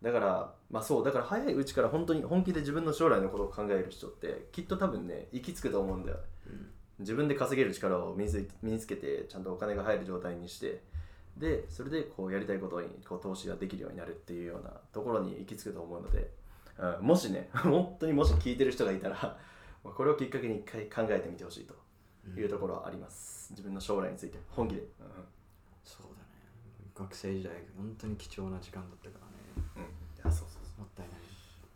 だからまあそうだから早いうちから本当に本気で自分の将来のことを考える人ってきっと多分ね行き着くと思うんだよ
うん
自分で稼げる力を身につい身につけてちゃんとお金が入る状態にしてでそれでこうやりたいことにこう投資ができるようになるっていうようなところに行き着くと思うので、うん、もしね *laughs* 本当にもし聞いてる人がいたらまあこれをきっかけに一回考えてみてほしいと
うん
いうところはあります、自分の将来について本気で、
そうだね学生時代本当に貴重な時間だったからね
うんうん、いやそうそうそう
もったいないも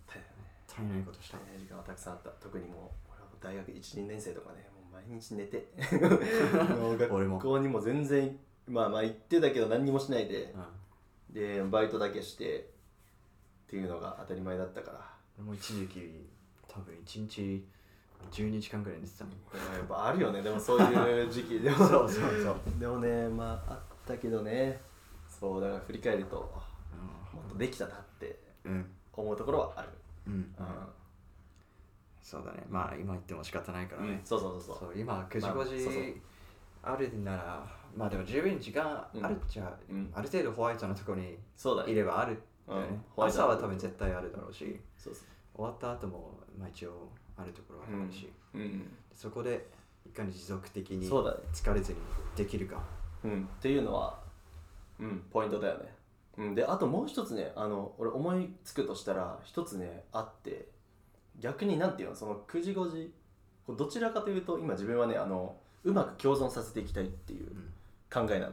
大変
ったいないことした
大
ね
変な時間はたくさんあった特にもう俺はもう大学12年生とかねもう毎日寝てもう
俺も
学校にも全然まあまあ行ってたけど何にもしないで
うん
でバイトだけしてっていうのが当たり前だったから
俺も一時期多分1日12時間ぐらい寝てたもん
やっぱあるよねでもそういう時期でも
*laughs* そうそうそう、
でもねまああったけどねそうだから振り返るともっとできたなって
うんうん
思うところはある
うん
うん、
そうだねまあ今言っても仕方ないから
う
ね
ん、そうそうそうそ
そうう今9時
まあそうそう
5時あるならまあでも十分時間あるっちゃ、
うん
ある程度ホワイトなところに
そうだ
い
ね
ればあるんだよね、
うんホワイト
朝は多分絶対あるだろうし
そうそ
終わった後もまあ一応あるところはあるし、
ううん
そこでいかに持続的に
そうだね
疲れずにできるか
うん、っていうのは、うん、ポイントだよね。うん、であともう一つねあの俺思いつくとしたら一つねあって逆になんていうのその9時5時こうどちらかというと今自分はねあのうまく共存させていきたいっていう
うん
考えなのよ。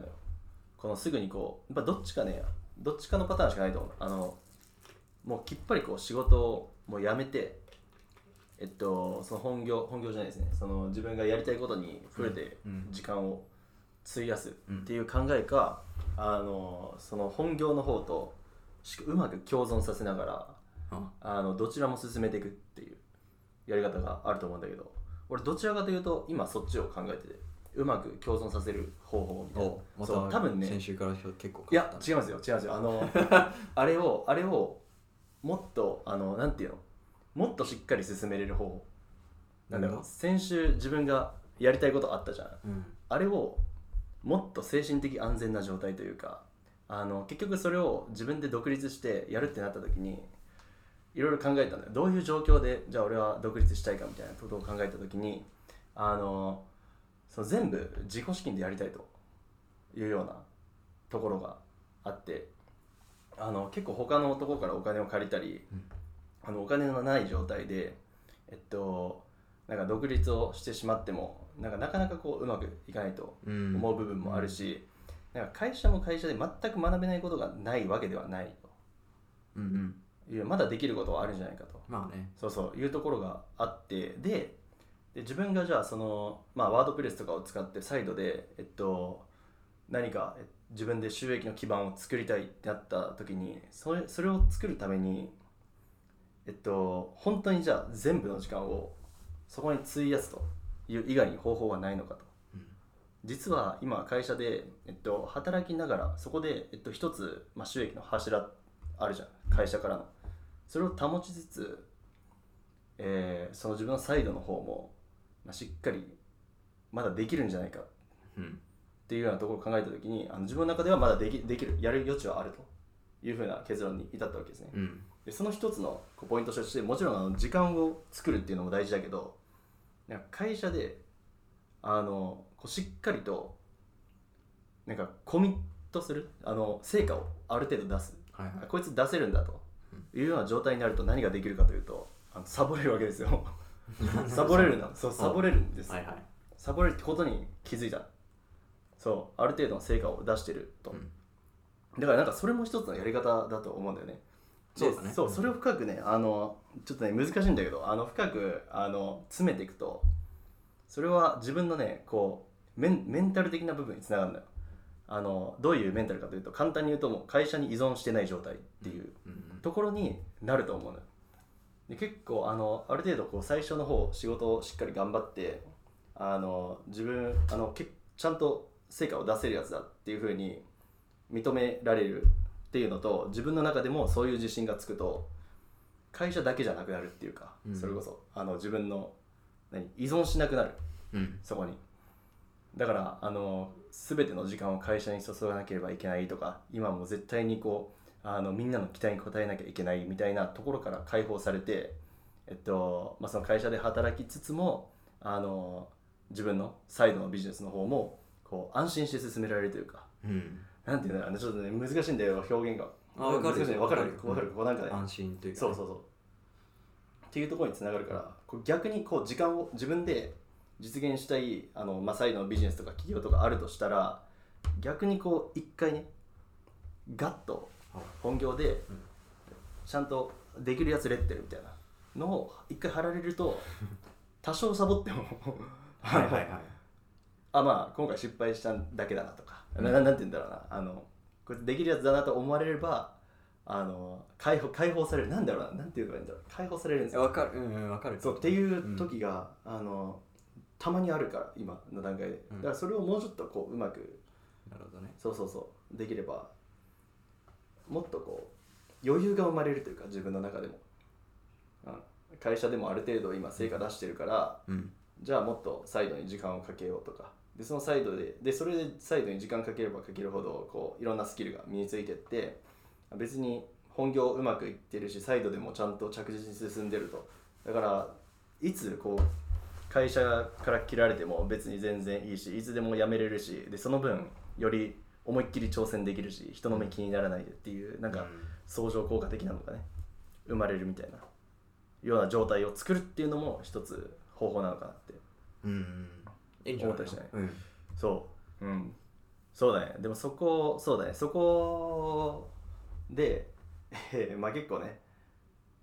このすぐにこうやっぱどっちかねどっちかのパターンしかないと思う。あのもうきっぱりこう仕事をもうやめてえっとその本業本業じゃないですねその自分がやりたいことに触れて
うんうん
時間を費やすっていう考えか、あのその本業の方としうまく共存させながら
あ
あのどちらも進めていくっていうやり方があると思うんだけど俺どちらかというと今そっちを考えててうまく共存させる方法みたいな
おま
そう多
た
分ね
先週から結構
い
変わっ
や
たね
違うんですよ違うんですよあ
*laughs*
のあれをあれをもっとあのなんていうのもっとしっかり進めれる方法なんだろ
う
うん先週自分がやりたいことあったじゃん
うん
あれをもっと精神的安全な状態というかあの結局それを自分で独立してやるってなった時にいろいろ考えたんだよどういう状況でじゃあ俺は独立したいかみたいなことを考えた時にあのその全部自己資金でやりたいというようなところがあってあの結構他の男からお金を借りたり、
うん
あのお金のない状態でえっとなんか独立をしてしまってもなんかなかなかこううまくいかないと
うん
思う部分もあるし、なんか会社も会社で全く学べないことがないわけではない
うんうん
というまだできることはあるんじゃないかと
まあね
そうそういうところがあってでで自分がじゃあその、まあ、ワードプレスとかを使って再度で、えっと、何かえ自分で収益の基盤を作りたいってなった時にそれそれを作るために、えっと、本当にじゃあ全部の時間をそこに費やすという以外に方法はないのかと。
うん
実は今会社で、えっと、働きながらそこで、えっと、一つ、まあ、収益の柱あるじゃん会社からのそれを保ちつつ、えーその自分のサイドの方も、まあ、しっかりまだできるんじゃないか
うん
っていうようなところを考えた時にあの自分の中ではまだできできるやる余地はあるというふうな結論に至ったわけですね、
うん
でその一つのこうポイントとしてもちろんあの時間を作るっていうのも大事だけどなんか会社であのこうしっかりとなんかコミットするあの成果をある程度出す
はいはい
あこいつ出せるんだというような状態になると何ができるかというとあのサボれるわけですよサボれるなそうサボれるんです、
*laughs* はいはい
サボれるってことに気づいたそうある程度の成果を出してると、
うん
だからなんかそれも一つのやり方だと思うんだよねで
そうだね
そううんそれを深くねあのちょっとね難しいんだけどあの深くあの詰めていくとそれは自分のねこうメンメンタル的な部分につながるんだよあのどういうメンタルかというと簡単に言うともう会社に依存してない状態っていう
うん
ところになると思うのよで結構あのある程度こう最初の方仕事をしっかり頑張ってあの自分あのけちゃんと成果を出せるやつだっていうふうに認められるっていうのと自分の中でもそういう自信がつくと会社だけじゃなくなるっていうか、
うん
それこそあの自分の何依存しなくなる
うん
そこにだからあの全ての時間を会社に注がなければいけないとか今も絶対にこうあのみんなの期待に応えなきゃいけないみたいなところから解放されて、えっとまあ、その会社で働きつつもあの自分のサイドのビジネスの方もこう安心して進められるというか
うん
なんていうんだろうねちょっとね難しいんだよ表現が
あわかる
難しいねわかる
わかる
こうわかるこうなんかね
安心というか
そうそうそうっていうところにつながるからこう逆にこう時間を自分で実現したいあの、まあ、サイドのビジネスとか企業とかあるとしたら逆にこう一回ねガッと
はい
本業で
ん
ちゃんとできるやつレッテルみたいなのを一回貼られる
*laughs*
と多少サボっても
はいはいはい
あまあ今回失敗しただけだなとか、
うん
ななんて言うんだろうなあのこれできるやつだなと思われればあの解放解放されるなんだろうななんて言えばいいんだろう解放されるんです
え
よ
わかるうんうんわかる
そうっていう時が、あのたまにあるから今の段階で
う
だ
ん
からそれをもうちょっとこううまく
なるほどね
そうそうそうできればもっとこう余裕が生まれるというか自分の中でも、うん、会社でもある程度今成果出してるから、
うん
じゃあもっとサイドに時間をかけようとかでそのサイドででそれでサイドに時間かければかけるほどこういろんなスキルが身についてって別に本業うまくいってるしサイドでもちゃんと着実に進んでるとだからいつこう会社から切られても別に全然いいしいつでも辞めれるしでその分より思いっきり挑戦できるし人の目気にならないでっていうなんか相乗効果的なのがね生まれるみたいなような状態を作るっていうのも一つ方法なのかなって
うんうんいいんじゃな
思
い
ったりしない
うん
そううんそうだねでもそこそうだねそこで、 *laughs* えーまあ結構ね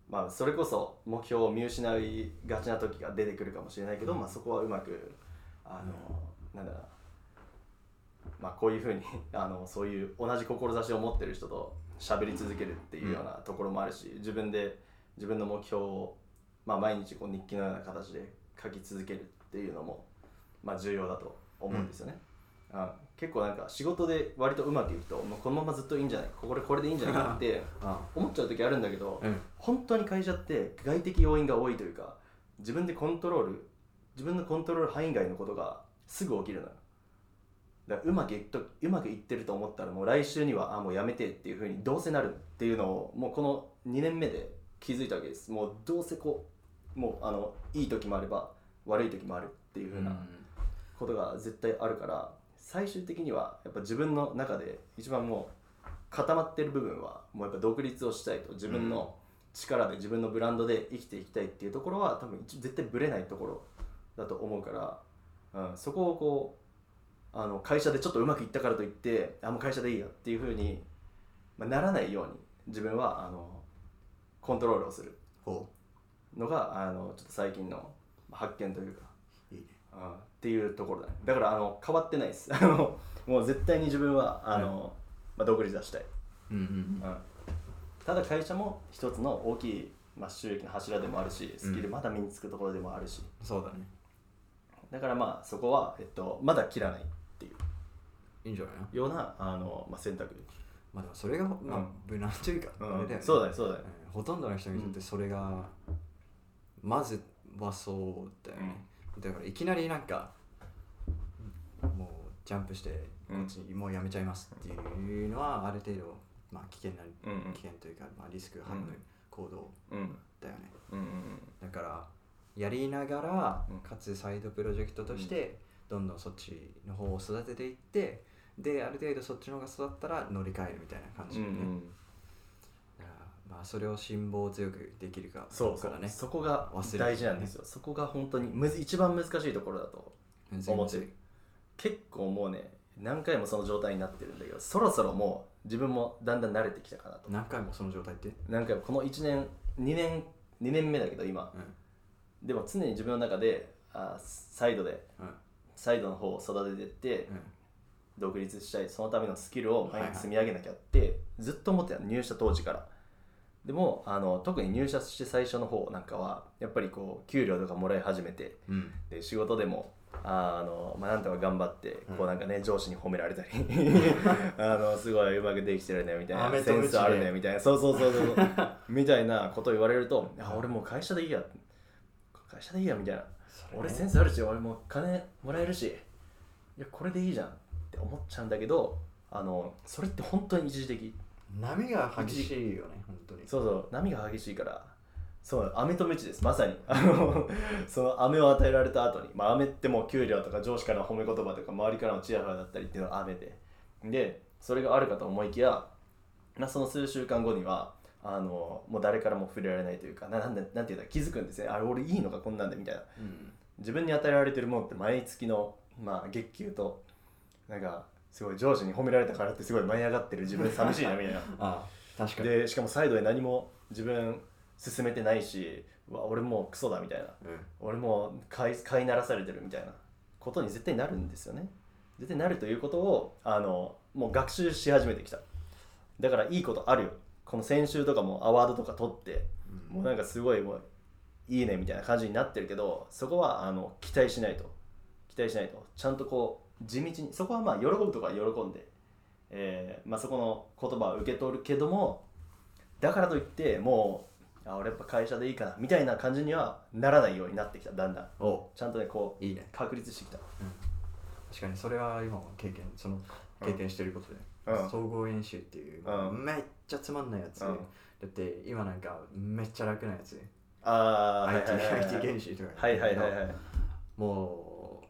まあそれこそ目標を見失いがちな時が出てくるかもしれないけど、まあそこはうまくあの、なんだろうなまあこういうふうに *laughs* あのそういう同じ志を持ってる人と喋り続けるっていうようなところもあるし、自分で自分の目標を、まあ、毎日こう日記のような形で書き続けるっていうのも、まあ、重要だと思うんですよね。あ結構なんか仕事で割とうまくいくともうこのままずっといいんじゃないこれこれでいいんじゃないかって
あ
思っちゃう時あるんだけど、
うん
本当に会社って外的要因が多いというか自分でコントロール自分のコントロール範囲外のことがすぐ起きるのよだからうまくいっとうまくいってると思ったらもう来週にはあもうやめてっていうふうにどうせなるっていうのをもうこの2年目で気づいたわけですもうどうせこうもうあのいい時もあれば悪い時もあるっていうふうな、ことが絶対あるから最終的にはやっぱ自分の中で一番もう固まってる部分はもうやっぱ独立をしたいと自分の力で自分のブランドで生きていきたいっていうところは多分一絶対ブレないところだと思うから、うん、そこをこうあの会社でちょっとうまくいったからといってあもう会社でいいやっていうふうに、まあ、ならないように自分はあのコントロールをする
ほ
のがあのちょっと最近の発見というか
ういいね
うんっていうところだねだからあの変わってないですあ *laughs* のもう絶対に自分はあの、まあ、独立はしたい、
うんうん
うんただ会社も一つの大きい、まあ、収益の柱でもあるしスキルまだ身につくところでもあるし、
そうだね
だからまあそこは、えっと、まだ切らないっていう
いいんじゃないの
ようなあの、まあ、選択、
まあでもそれがま
う
あ
ん
無難というか
う
あれだよ
ん、
ね
そうだねそうだね
うんほとんどの人にとってそれがまずはそうだよねだからいきなりなんかもうジャンプしてこ
うん
っちもうやめちゃいますっていうのはある程度、まあ、危険な
うんうん
危険というか、まあ、リスクをはむ行動
うん
だよね
うん
だからやりながら
うん
かつサイドプロジェクトとしてどんどんそっちの方を育てていってである程度そっちの方が育ったら乗り換えるみたいな感
う
じ
んう
だよね、
ん
だからまあそれを辛抱強くできるか
そう
か
そ
らね
うそこが
忘れない
大事なんですよそこが本当にむず一番難しいところだと
全然
思ってる結構もうね何回もその状態になってるんだけどそろそろもう自分もだんだん慣れてきたかなと
何回もその状態って、
何回もこの1年2年2年目だけど今
うん
でも常に自分の中であサイドで
うんうん
サイドの方を育ててって独立したいそのためのスキルを毎日積み上げなきゃってずっと思ってた入社当時からでもあの特に入社して最初の方なんかはやっぱりこう給料とかもらい始めて
うん
で仕事でもああの、まあ、なんとか頑張って、
うん
こうなんかね上司に褒められたりあのすごいうまくできてるねみたい
あ目
な
と
セ
口で
ンスあるねみたいなそうそうそうそうみたいなこと言われるとあ俺もう会社でいいや会社でいいやみたいな
そ
俺セ
ね
ンスあるし俺もう金もらえるしいやこれでいいじゃんって思っちゃうんだけどあのそれって本当に一時的
波が激しいよね本当に
そうそう波が激しいからそう飴とムチですまさにあの *laughs* その飴を与えられた後にまあ飴ってもう給料とか上司からの褒め言葉とか周りからのチヤホヤだったりっていうのが飴ででそれがあるかと思いきや、まあ、その数週間後にはあのもう誰からも触れられないというかななんでなんていうんだ気づくんですねあれ俺いいのかこんなんでみたいな
うん
自分に与えられてるものって毎月の、まあ、月給となんかすごい上司に褒められたからってすごい舞い上がってる自分寂しいなみたいな
ああ確かに
でしかもサイドで何も自分進めてないしうわ俺もうクソだみたいな
うん
俺もう飼い飼いならされてるみたいなことに絶対なるんですよね絶対なるということをあのもう学習し始めてきただからいいことあるよこの先週とかもアワードとか取って
うん
もうなんかすごいもういいねみたいな感じになってるけどそこはあの期待しないと期待しないとちゃんとこう地道にそこはまあ喜ぶとか喜んで、えーまあ、そこの言葉を受け取るけどもだからといってもうあ俺やっぱ会社でいいかなみたいな感じにはならないようになってきただんだん
お
ちゃんとねこう
いいね
確立してきた
確かにそれは今も経験その経験してることで、
うん
総合演習っていう、
うん
めっちゃつまんないやつ、
うん
だって今なんかめっちゃ楽なやつ、
ああ
IT,
はいはい
IT
はい
研修とか
はいはいはいはい
も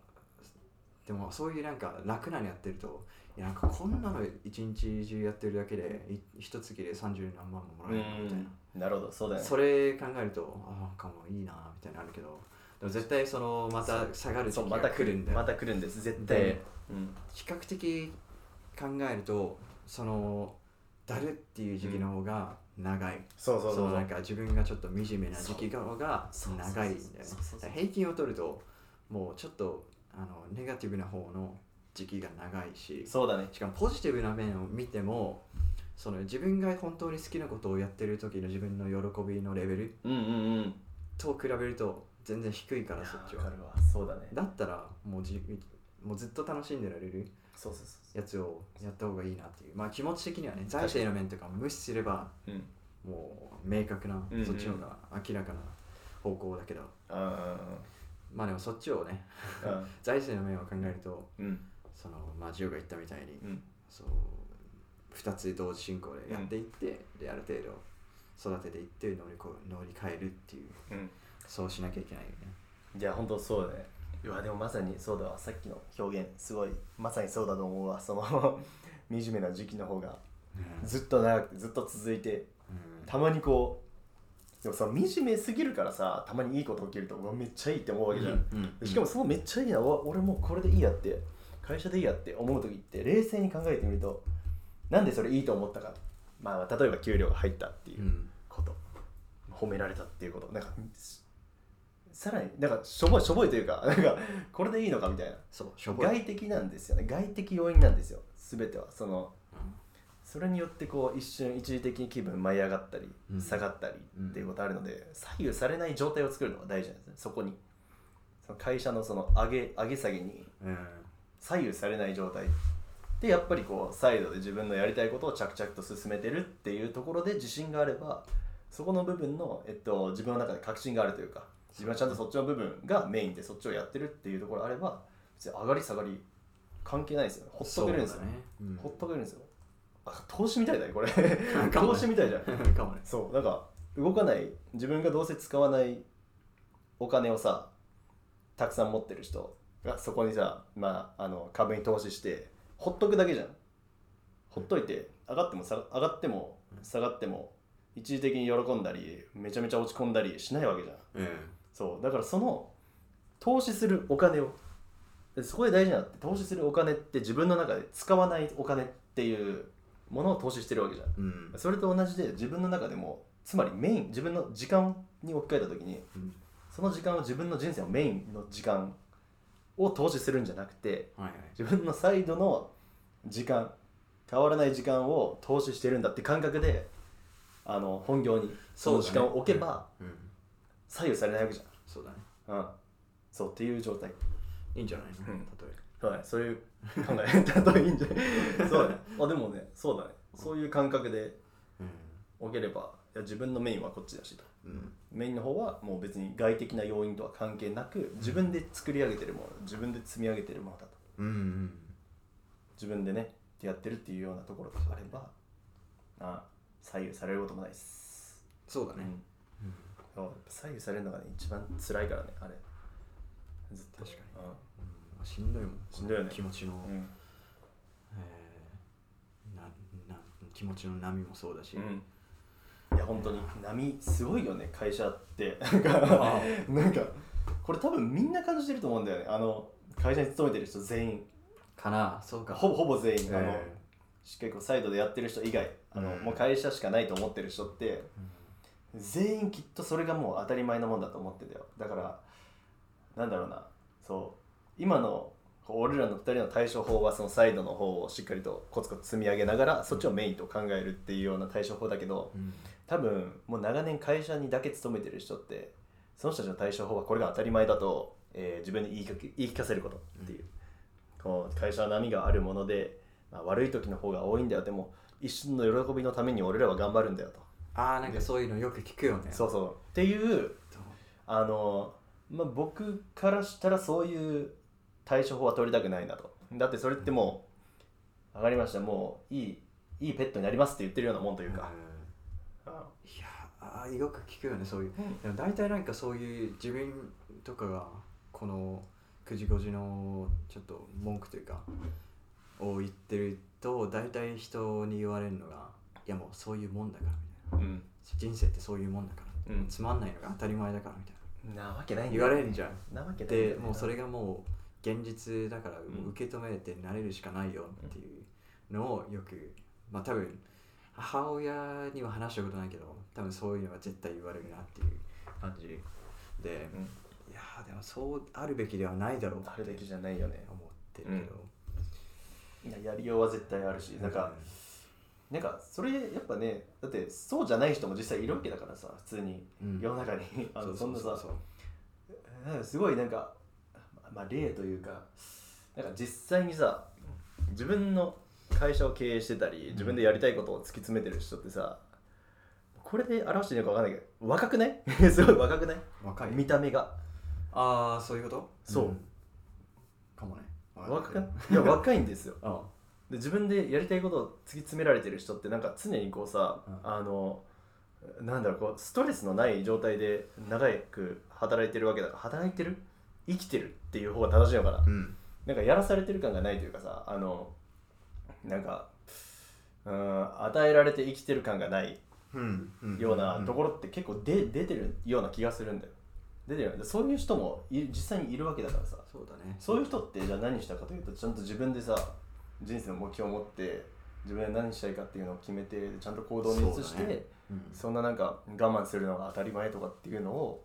うでもそういうなんか楽なのやってるといやなんかこんなの一日中やってるだけでい一月で30何万もも
う
らえるのみたいな、
んなるほどそうだよね
それ考えるとあなんかもういいなみたいなのあるけどでも絶対そのまた下がる
そ
時
う
期
ま
が
た来
来る
る
ん
ん
だ
だま
よ
た来るんです絶
で
対うん
比較的考えるとそのだるっていう時期の方が長い、
そうそう
そ
そう
の
そ
なん
う
か自分がちょっと惨めな時期の方が
そう
長いんだよね
そうそうそうそう
だから平均を取るともうちょっとあのネガティブな方の時期が長いし
そうだね
しかもポジティブな面を見てもその自分が本当に好きなことをやってる時の自分の喜びのレベル
うんうんうん
と比べると全然低いからそっち
わか
は
るわそうだね
だったらもうじもうずっと楽しんでられる
そうそうそ
やつをやった方がいいなっていうまあ気持ち的にはね財政の面とかも無視すれば
ううん
もう明確な
うんうん
そっちの方が明らかな方向だけど、
あ
まあでもそっちをね
あああ
財政の面を考えると
うん
そのまあジオが言ったみたいに、
うん
そう2つ同時進行でやっていって、である程度育てていって乗りこ乗り換えるっていう
うん
そうしなきゃいけないよね
いや本当そうだねいやでもまさにそうだわさっきの表現すごいまさにそうだと思うわその *laughs* 惨めな時期の方がずっと長くてずっと続いて
うん
たまにこうでもさ惨めすぎるからさたまにいいこと起きるとうわめっちゃいいって思うわけじゃん、
うん
しかもそのめっちゃいいなうわ俺もうこれでいいやって会社でいいやって思う時って冷静に考えてみるとなんでそれいいと思ったかまあ例えば給料が入ったっていううんこと褒められたっていうことなんかしさらになんかしょぼいしょぼいというかなんかこれでいいのかみたいな
そうしょぼい、
外的なんですよね外的要因なんですよ全てはその
う
それによってこう一瞬一時的に気分舞い上がったり
うん
下がったり
うん
っていうことあるので、左右されない状態を作るのが大事なんですねそこにその会社のその上げ上げ下げに
んうん
左右されない状態でやっぱりこうサイドで自分のやりたいことを着々と進めてるっていうところで自信があればそこの部分の、えっと、自分の中で確信があるというか自分はちゃんとそっちの部分がメインでそっちをやってるっていうところあれば別に上がり下がり関係ないですよねほっと
そう
け
だ
るん
ね
ですよ、
うん
ほっとけるんですよあ投資みたいだねこれ
かも
投資みたいじゃん
かもね
そうなんか動かない自分がどうせ使わないお金をさたくさん持ってる人がそこにさ、まあ、あの株に投資してほっとくだけじゃんほっといて上がっても下が上がっても下がっても一時的に喜んだりめちゃめちゃ落ち込んだりしないわけじゃん
うん
そうだからその投資するお金をでそこで大事なのって投資するお金って自分の中で使わないお金っていうものを投資してるわけじゃん
うん
それと同じで自分の中でもつまりメイン自分の時間に置き換えた時に
うん
その時間を自分の人生のメインの時間を投資するんじゃなくて
はいはい
自分のサイドの時間変わらない時間を投資してるんだって感覚であの本業にその時間を置けば
うんうん
左右されないわけじ
そうだね
ゃん、うん、そうっていう状態
いいんじゃないの
うん
例え
はいそういう考えだといいんじゃない *laughs* そうだねあでもねそうだねそういう感覚で
ば
置ければいや自分のメインはこっちだしと
うんうん
メインの方はもう別に外的な要因とは関係なく自分で作り上げてるもの自分で積み上げてるものだと
うんうん
自分でねやってるっていうようなところがあればあ左右されることもないです、
そうだ
う
ね
ん、そうやっぱ左右されるのがね一番辛いからねあれずっと
確かうんしんどいもん
しんどいよね
気持ちの
うん、
えーなな気持ちの波もそうだし
うんいや本当に波すごいよね会社って *laughs* なん
あ
かなんかこれ多分みんな感じてると思うんだよねあの会社に勤めてる人全員
かなそうか
ほぼ
ぼ
ほぼ全員、あの
え
結構サイドでやってる人以外あの、
うん
もう会社しかないと思ってる人って
ーうん
全員きっとそれがもう当たり前のもんだと思ってたよだからなんだろうなそう今のこう俺らの2人の対処法はそのサイドの方をしっかりとコツコツ積み上げながらそっちをメインと考えるっていうような対処法だけど
うん
多分もう長年会社にだけ勤めてる人ってその人たちの対処法はこれが当たり前だと、えー自分に言いかけ言い聞かせることっていう、こう会社の波があるもので、まあ、悪い時の方が多いんだよでも一瞬の喜びのために俺らは頑張るんだよと、
ああなんかそういうのよく聞くよね
そうそうっていう
そう
あの、まあ、僕からしたらそういう対処法は取りたくないなとだってそれってもう上がりましたもういいいいペットになりますって言ってるようなもんというか、
ん
あ
いやあーよく聞くよねそういうでも大体なんかそういう自分とかがこの9時5時のちょっと文句というかを言ってると大体人に言われるのがいやもうそういうもんだからみたいな
うん
人生ってそういうもんだからみたいな
うん
つまんないのが当たり前だからみたい
なわけない
な
だ
ん言
よ
われるじゃん
なわけないんだ
で
よね
もうそれがもう現実だから
ん
もう受け止めて慣れるしかないよっていうのをよくまあ多分母親には話したことないけど多分そういうのは絶対言われるなっていう感じで
うん
いやーでもそうあるべきではないだろう
あ
っ
る
て
べきじゃないよね
思ってるけど、
いややりようは絶対あるしなんか、なんかそれやっぱねだってそうじゃない人も実際いるわけだからさ普通に
うん
世の中に、 *laughs* あのそんなさ
う
なんかすごいなんか、まあ、例というかなんか実際にさ自分の会社を経営してたり自分でやりたいことを突き詰めてる人ってさこれで表していいのか分かんないけど若くない *laughs* すごい若くない、
若い
見た目が
ああそういうこと
そうん
かもね
若く
う
なんいいや若いんですよ
あ
で自分でやりたいことを突き詰められてる人ってなんか常にこうさ、
うん
あのなんだろうこうストレスのない状態で長く働いてるわけだから働いてる生きてるっていう方が正しいのかな、
うん
なんかやらされてる感がないというかさあのなんかうん与えられて生きてる感がない
うんうん
ようなとこ
ろ
ろって結構で、出てるような気がするんだよ出てるよでそういう人もい実際にいるわけだからさ
そうだね
そういう人ってじゃあ何したかというとちゃんと自分でさ人生の目標を持って自分で何したいかっていうのを決めてちゃんと行動に移して
そ
そ,、
うだねうん
んななんか我慢するのが当たり前とかっていうのを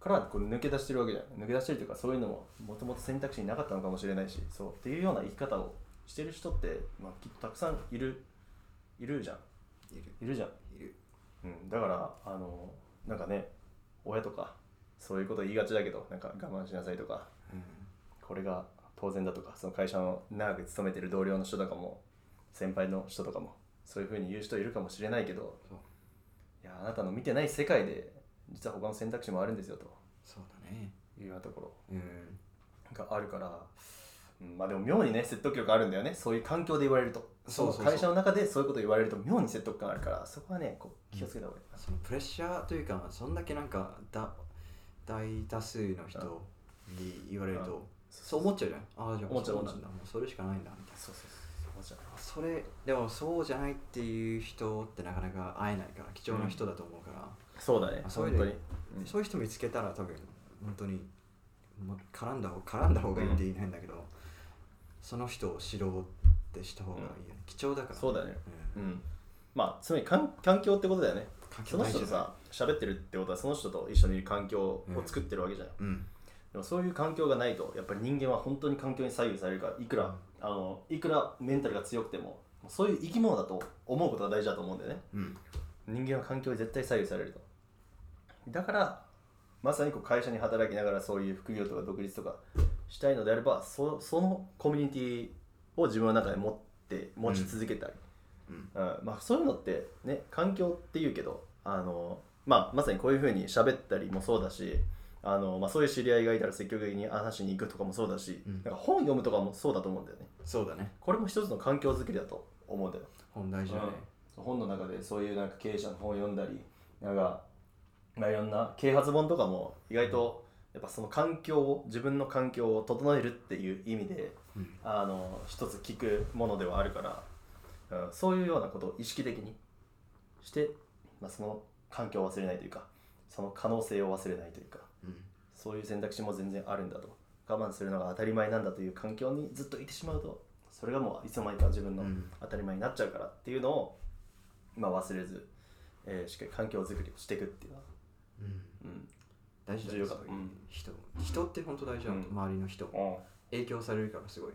からこう抜け出してるわけじゃん抜け出してるというかそういうのももともと選択肢になかったのかもしれないしそうっていうような生き方をしてる人って、まあ、きっとたくさんいるいるじゃん
いる
いるじゃん、
いる
うん、だからあのなんかね親とかそういうこと言いがちだけどなんか我慢しなさいとかこれが当然だとかその会社の長く勤めてる同僚の人とかも先輩の人とかもそういうふうに言う人いるかもしれないけど
そう
いやあなたの見てない世界で実は他の選択肢もあるんですよと
そうだね
いうようなところ
うん
があるからうんまあでも妙にね説得力あるんだよねそういう環境で言われると
そうそうそう
会社の中でそういうこと言われると妙に説得感あるからそこはねこう気をつけた方がいい、
そのプレッシャーというかそんだけなんかだ大多数の人に言われる
う
とそう思っちゃうじゃんああじゃあ
思っちゃう
そうなんだもうそれしかないんだみたいな
そうそうそうそうじゃあ
それでもそうじゃないっていう人ってなかなか会えないから貴重な人だと思うから、
そうだね
あ
本
そ
当
うい
に
うの
うん
そういう人見つけたら多分本当にもう絡んだ方絡んだ方がいいって言いないんだけど、その人を知ろうってした方がいいよね、貴重だから
そうだね
う
うんんまあつまり環環境ってことだよね
環境
その
大事
人
だ
と
ね
さ喋ってるってことはその人と一緒にいる環境を作ってるわけじゃん、
うん
でもそういう環境がないとやっぱり人間は本当に環境に左右されるからいくらあのいくらメンタルが強くてもそういう生き物だと思うことが大事だと思うんだよね
うん
人間は環境に絶対左右されるとだからまさにこう会社に働きながらそういう副業とか独立とかしたいのであればそそのコミュニティを自分の中で持って持ち続けたり、
うん
うんまあ、そういうのってね環境っていうけどあの、まあ、まさにこういうふうに喋ったりもそうだしあの、まあ、そういう知り合いがいたら積極的に話しに行くとかもそうだし、
うん
なんか本読むとかもそうだと思うんだよね
そうだね
これも一つの環境づくりだと思うんだよ
本大事だね、
本の中でそういうなんか経営者の本を読んだりなんか、まあ、いろんな啓発本とかも意外とやっぱその環境を自分の環境を整えるっていう意味で
うん
あの一つ聞くものではあるから、うん、そういうようなことを意識的にして、まあ、その環境を忘れないというかその可能性を忘れないというか
うん
そういう選択肢も全然あるんだと我慢するのが当たり前なんだという環境にずっといてしまうとそれがもういつの間にか自分の
うん
当たり前になっちゃうからっていうのを、まあ、忘れず、えーしっかり環境づくりをしていくっていうのは、
うん
うん
大事だ
重
よ
要か
そういう
うん
人人って本当大事だ、
うん
周りの人影響されるからすごい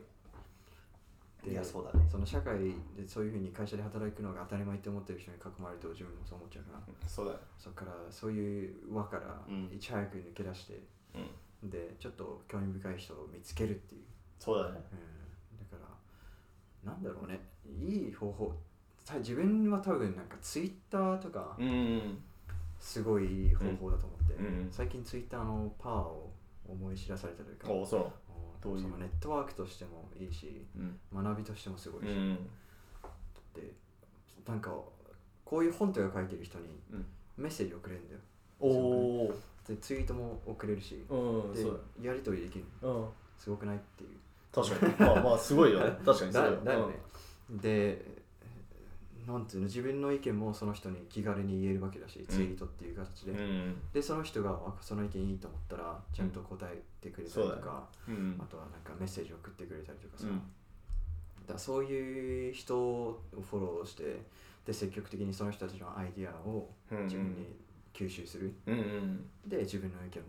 いやそうだ
その社会でそういうふうに会社で働くのが当たり前って思ってる人に囲まれると自分もそう思っちゃうから
そうだね
そこからそういう輪から
うん
いち早く抜け出して、
うん
でちょっと興味深い人を見つけるっていう、
そうだね
うん、だからなんだろうねいい方法た自分は多分なんかツイッターとか
うんうん
すごいいい方法だと思って、
うんうん
最近ツイッターのパワーを思い知らされたというか
おおそう
も
どういう
そのネットワークとしてもいいし
うん
学びとしてもすごい
う
し、
ん
でなんかこういう本とか書いてる人に
うん
メッセージ送れるんだよ
おお
でツイートも送れるし、
うん
で
そう
やり取りできる
だうん
すごくないっていう
確かにまあまあすごいよ *laughs* ね確かにすごい
だだよね、でなんていうの自分の意見もその人に気軽に言えるわけだし、ツイートっていう形で、
うんうん
でその人があその意見いいと思ったらちゃんと答えてくれたりと
そうだ
か、
うん
あとはなんかメッセージ送ってくれたりとかさ、
うん
だからそういう人をフォローしてで積極的にその人たちのアイディアを
うん
自分に吸収する、
うんうん
で自分の意見も、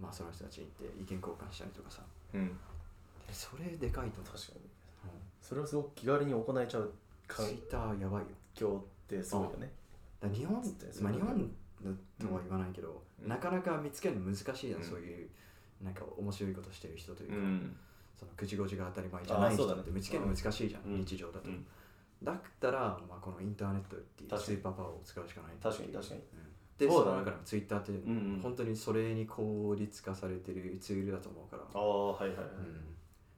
まあ、その人たちに言って意見交換したりとかさ
うん
でそれでかいと思う
確かにそれをすごく気軽に行えちゃう環
ツイッターやばいよ
境ってすごいよね
だから日本
つって
まあ、
そ
日
うだね
本とは言わないけど、
うん
なかなか見つけるの難しいやん、
うん
そういうなんか面白いことしてる人というか、
ん
その口ごちが当たり前じゃな
あ
い
ーそ
人
うだ
っ
ね
て見つけるの難しいじゃん、
うん
日常だと、
うん
だったら、まあ、このインターネットっていう
確
ス
かに
ーパーパワーを使うしかない
確かに確かに
でそ,、
そうだ
の
ね
中でもツイッターって
んうん
本当にそれに効率化されてるツールだと思うから、
ああはいはいはい
うん、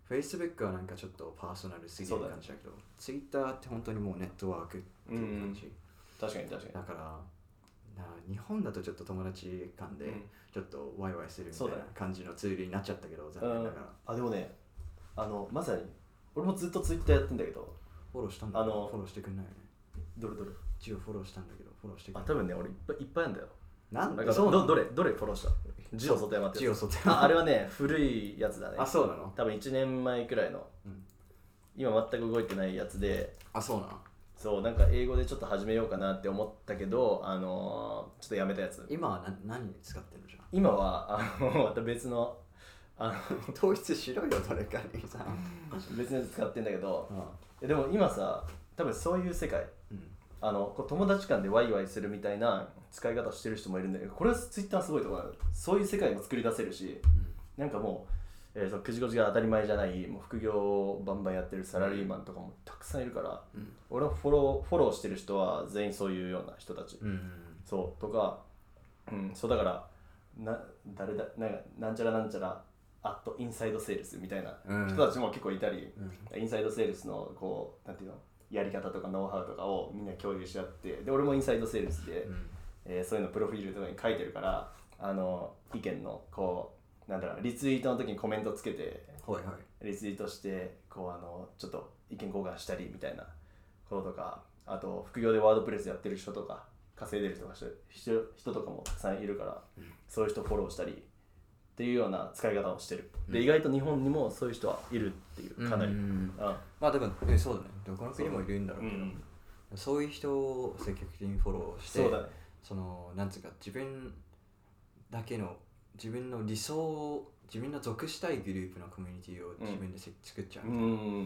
Facebook はなんかちょっとパーソナルすぎ
そ
る
うだね
感じだけどツイッターって本当にもうネットワークっていう感じ、
確かに確か
だからな日本だとちょっと友達間で
うん
ちょっとワイワイするみたい
そう
な
だね
感じのツールになっちゃったけど残
にう
念
ん
ながら
あでもねあのまさに俺もずっとツイッターやってんだけど
フォローしたんだけど
あの
フォローしてくんないよね
どれどれ
一応フォローしたんだけどフォローしてく
あ
んな
多
い
分ね俺いっぱいいっぱいあるんだよ
なん
だ
だ
から
そうな
ど
の
どれどれフォローしたジオ外山って
ジ
や
オ
つ
ソテ
ああれはね古いやつだね
あそうなの
多分1年前くらいの
うん
今全く動いてないやつで
あそうなの
そうなんか英語でちょっと始めようかなって思ったけどあのーちょっとやめたやつ
今は何何に使ってるのじゃん
今はあの *laughs* また別のあ
*laughs* 統一しろよどれかにさ
の別のやつ使ってんだけど
あ
えでも今さ多分そういう世界
うん
あのこう友達間でワイワイするみたいな使い方してる人もいるんだけどこれはツイッターすごいところだそういう世界も作り出せるしなんかもう、えー、そのくじこじが当たり前じゃないもう副業をバンバンやってるサラリーマンとかもたくさんいるから
うん
俺のフォローフォローしてる人は全員そういうような人たち、
うん
そうとか、うん、そうだからな誰だなんかなんちゃらなんちゃらアットインサイドセールスみたいな
うん
人たちも結構いたり、
うん
インサイドセールスのこうなんていうのやり方とかノウハウとかをみんな共有し合ってで俺もインサイドセールスで、えーそういうのプロフィールとかに書いてるからあの意見のこうなんだろうリツイートの時にコメントつけて
はいはい
リツイートしてこうあのちょっと意見交換したりみたいなこととかあと副業でワードプレスやってる人とか稼いでるとかして人人とかもたくさんいるから、そういう人フォローしたりっていうような使い方をしてる、で意外と日本にもそういう人はいるっていうかなり、
う
うん
ん
うん
まあでもねそうだねどこの国もいるんだろうけどそういう人を積極的にフォローして
そうだね
そのなんつうか自分だけの自分の理想を自分の属したいグループのコミュニティを自分でせ、作っちゃう、
う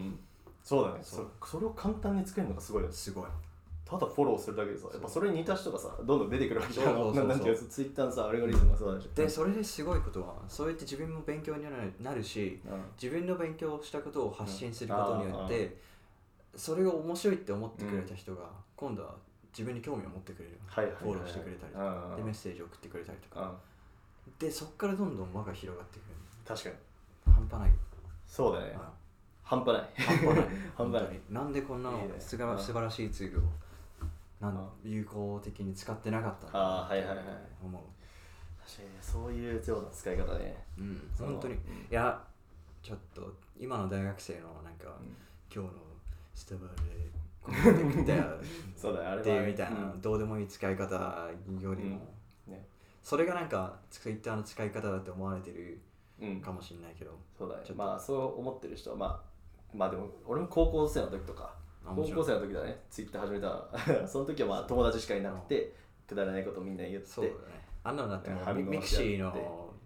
んそうだね
そう
そそれを簡単に作れるのがすごいよね
すごい
ただフォローするだけでさやっぱそれに似た人がさどんどん出てくるわけじゃん
そうそうそうそう
ななんていうツイッターのさアルゴリズムがそうだし
でそれですごいことはそうやって自分も勉強になるなるし
うん
自分の勉強をしたことを発信することによっ
う
て、それが面白いって思ってくれた人が、今度は自分に興味を持ってくれる、
はいはいはい
フォローしてくれたりとか、
うん
でメッセージを送ってくれたりとか、
うん
でそっからどんどん輪が広がっていくる
確かに
半端ない、
そうだね、
うん
半端ない
*laughs* 半端ない
半端ない
本当になんでこんなの
いいね
すが
うん
素晴らしいツールをなん
う
有効的に使ってなかったんだな
あーはいはいはい
思
確かにねそういうような使い方ね
う、うん、
その
本当にいやちょっと今の大学生のなんか、
ん
今日のスタバでこうやって食ったよ
*laughs* そうだねあれは
っていうみたいな、
うん
どうでもいい使い方よりも、
ね
それがなんかツイッターの使い方だって思われてる
うん
かもしれないけど、
そうだね
ちょっと
まあそう思ってる人はまあまあでも俺も高校生の時とか
あ
高
もちろん
校生の時だねツイッター始めた *laughs* その時はまあ友達しかいなくてくだらないことみんな言って
そうだねあんなのだっても
反
う
応
ミミクシーの
し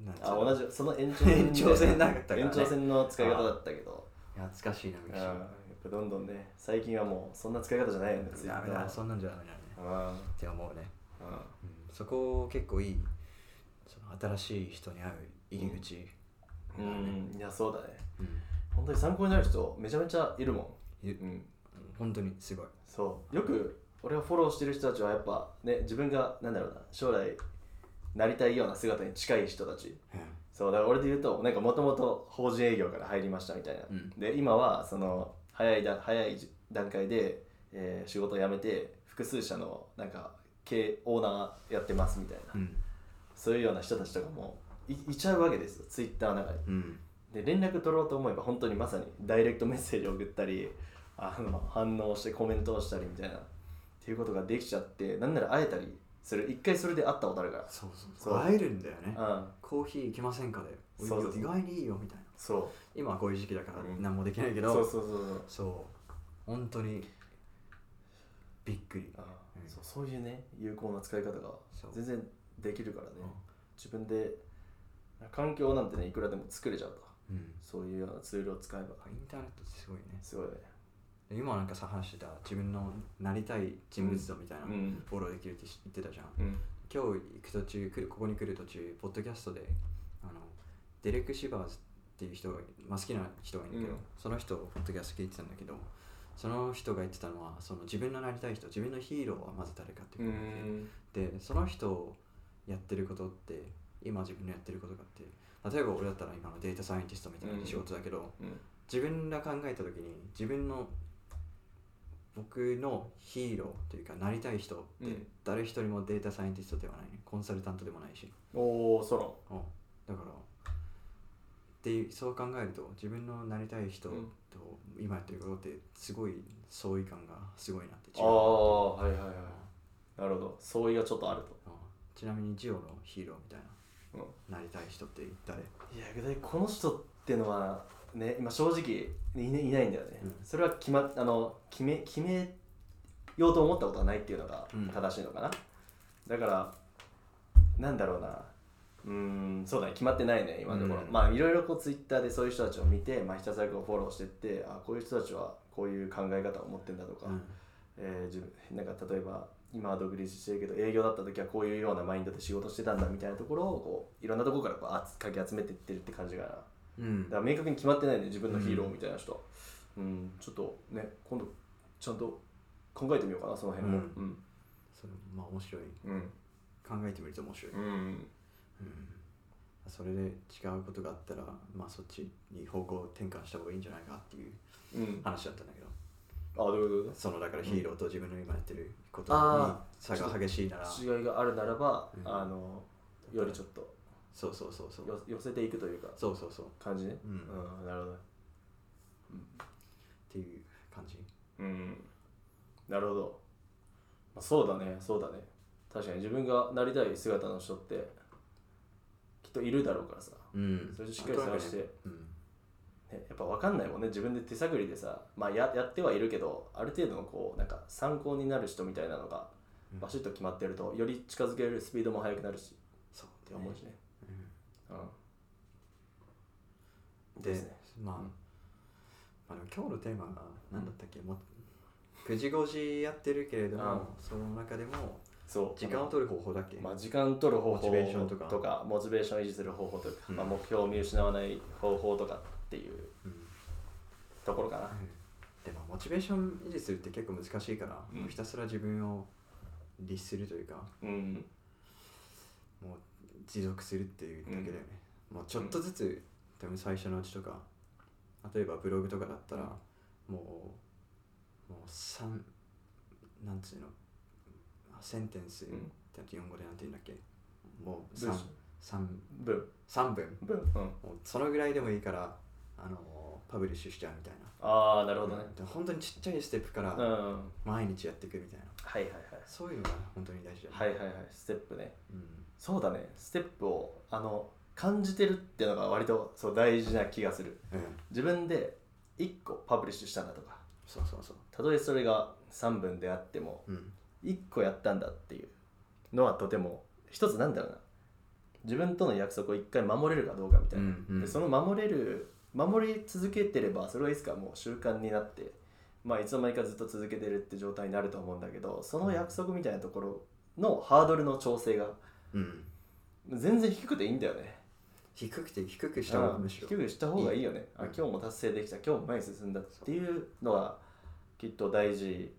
なんていう
あ
の
同じその延長
延長線なかったからね
延長線の使い方だったけど
懐かしいなミ
うん
クシ
や
ー
っぱどんどんね最近はもうそんな使い方じゃないよねツイ
ダ
ッ
メだ
タ
そんなんじゃダメだね
ーうん
って思うね、
うん
うんそこ結構いいその新しい人に会う入り口、
うん、いやそうだね
うん
本当に参考になる人めちゃめちゃいるもん、
いうる
ん、
本当にすごい
そうよく俺がフォローしてる人たちはやっぱね自分がなんだろうな将来なりたいような姿に近い人たちそうだから俺で言うとなんかもともと法人営業から入りましたみたいな、
うん
で今はその早いだ早い段階で、えー仕事を辞めて複数社のなんか経営オーナーやってますみたいな、
うん
そういうような人たちとかもいいちゃうわけですよツイッターの中に
うん
で連絡取ろうと思えば本当にまさにダイレクトメッセージを送ったりあの反応してコメントをしたりみたいなっていうことができちゃってなんなら会えたりする一回それで会ったことあるか
そうそうそ
そうう
会えるんだよね
らうん
コーヒー行きませんかでお
そうそうそう
意外にいいよみたいな
そう
今はこういう時期だから
うん
何もできないけど、
そうそうそうそう
そう本当にびっくり
あ
うん
そうそういうね有効な使い方が
そう
全然できるからね
うん
自分で環境なんてねいくらでも作れちゃうと
うん
そういうようなツールを使えば
インターネットってすごいね
すごいね
今なんかさ話してた自分のなりたい人物像みたいな、
うん
フォローできるってし言ってたじゃん
うん
今日行く途中来るここに来る途中ポッドキャストであのデレック・シバーズっていう人が、まあ、好きな人がいるんだけど、
うん
その人をポッドキャスト聞いてたんだけどその人が言ってたのはその自分のなりたい人自分のヒーローはまず誰かって
う
いう、
ん
でその人をやってることって今自分のやってることがあって例えば俺だったら今のデータサイエンティストみたいな仕事だけど、
うん
自分が考えた時に自分の僕のヒーローというかなりたい人っ
う
て
ん
誰一人もデータサイエンティストではないねコンサルタントでもないし
おおソロ
うんだからっていうそう考えると自分のなりたい人と
うん
今やってることってすごい相違感がすごいなって
ああはいはいはいなるほど相違がちょっとあると
うんちなみにジオのヒーローみたいな、なりたい人って誰
いや具体的にこの人ってのはね今正直い,、ね、いないんだよね、それは決,、ま、あの決め決めようと思ったことはないっていうのが
うん
正しいのかな、だからなんだろうなうーんそうだね決まってないね今のところ、
うん
まあいろいろこうツイッターでそういう人たちを見て、まあ、ひたすらこうフォローしてってあこういう人たちはこういう考え方を持ってんだとか、
うん
えー自分なんか例えば今は独立してるけど営業だった時はこういうようなマインドで仕事してたんだみたいなところをこういろんなところからこうあつかき集めていってるって感じかなだか
うん
ら明確に決まってないね自分のヒーローみたいな人うん、ちょっとね今度ちゃんと考えてみようかなその辺も
う
うん
それまあ面白い
うん
考えてみると面白い、
うん
うんそれで違うことがあったら、まあ、そっちに方向転換した方がいいんじゃないかっていう
うんあ
話だったんだけど、
どういうこ
そのだからヒーローと自分の今やってることに
あ
差が激しいなら、
と違いがあるならば、
うん
あのよりちょっと
そうそうそうそう。
よ寄せていくというか
そうそうそう。っ
感じね
うん
うん、なるほど
ていう感じ。
うんなるほど、まあ、そうだねそうだね確かに自分がなりたい姿の人ってきっといるだろうからさ、
うん
それでしっかり探して
あとなんかね
ね、やっぱ分かんないもんね自分で手探りでさ、まあ、ややってはいるけどある程度のこうなんか参考になる人みたいなのが
うん
バシッと決まってるとより近づけるスピードも速くなるし
そう
って思うしね、うん、
で
ですね
まあ、
うん
まあ、でも今日のテーマが何だったっけ、も9時5時やってるけれども、
うん
その中でも
そう
時間を取る方法だっけ、
まあ、時間取る方法
モチベーションとか
モチベーションを維持する方法とか、
うん
まあ、目標を見失わない方法とかっていう
うん
ところかな、
でもモチベーション維持するって結構難しいから、
うん
もうひたすら自分を律するというか
うん
もう持続するっていうだけだよね、もうちょっとずつ、でも最初のうちとか例えばブログとかだったら、もうもう3なんつうのセンテンス、
うん
だって日本語でなんて言うんだっけもう
文
3,
章
三
文
三文
文うん
もうそのぐらいでもいいからあのパブリッシュしちゃうみたいな
ああなるほどね
で本当にちっちゃいステップか
うん、
ら毎日やっていくみたいな、
はいはいはい
そういうのが本当に大事だね、
はいはいはいステップね
うん
そうだねステップをあの感じてるっていうのが割とそう大事な気がする
うん、
自分で1個パブリッシュしたんだとか
そうそうそう
たとえそれが3文であっても
うん
1個やったんだっていうのはとても一つなんだろうな自分との約束を1回守れるかどうかみたいな、
うんうん
でその守れる守り続けてればそれはいつかもう習慣になってまあいつの間にかずっと続けてるって状態になると思うんだけどその約束みたいなところのハードルの調整が
うん
全然低くていいんだよね
低くて低くした方が
うん
むし
低
ろ
くした方がいいよねあ
うん
今日も達成できた今日も前に進んだっていうのはきっと大事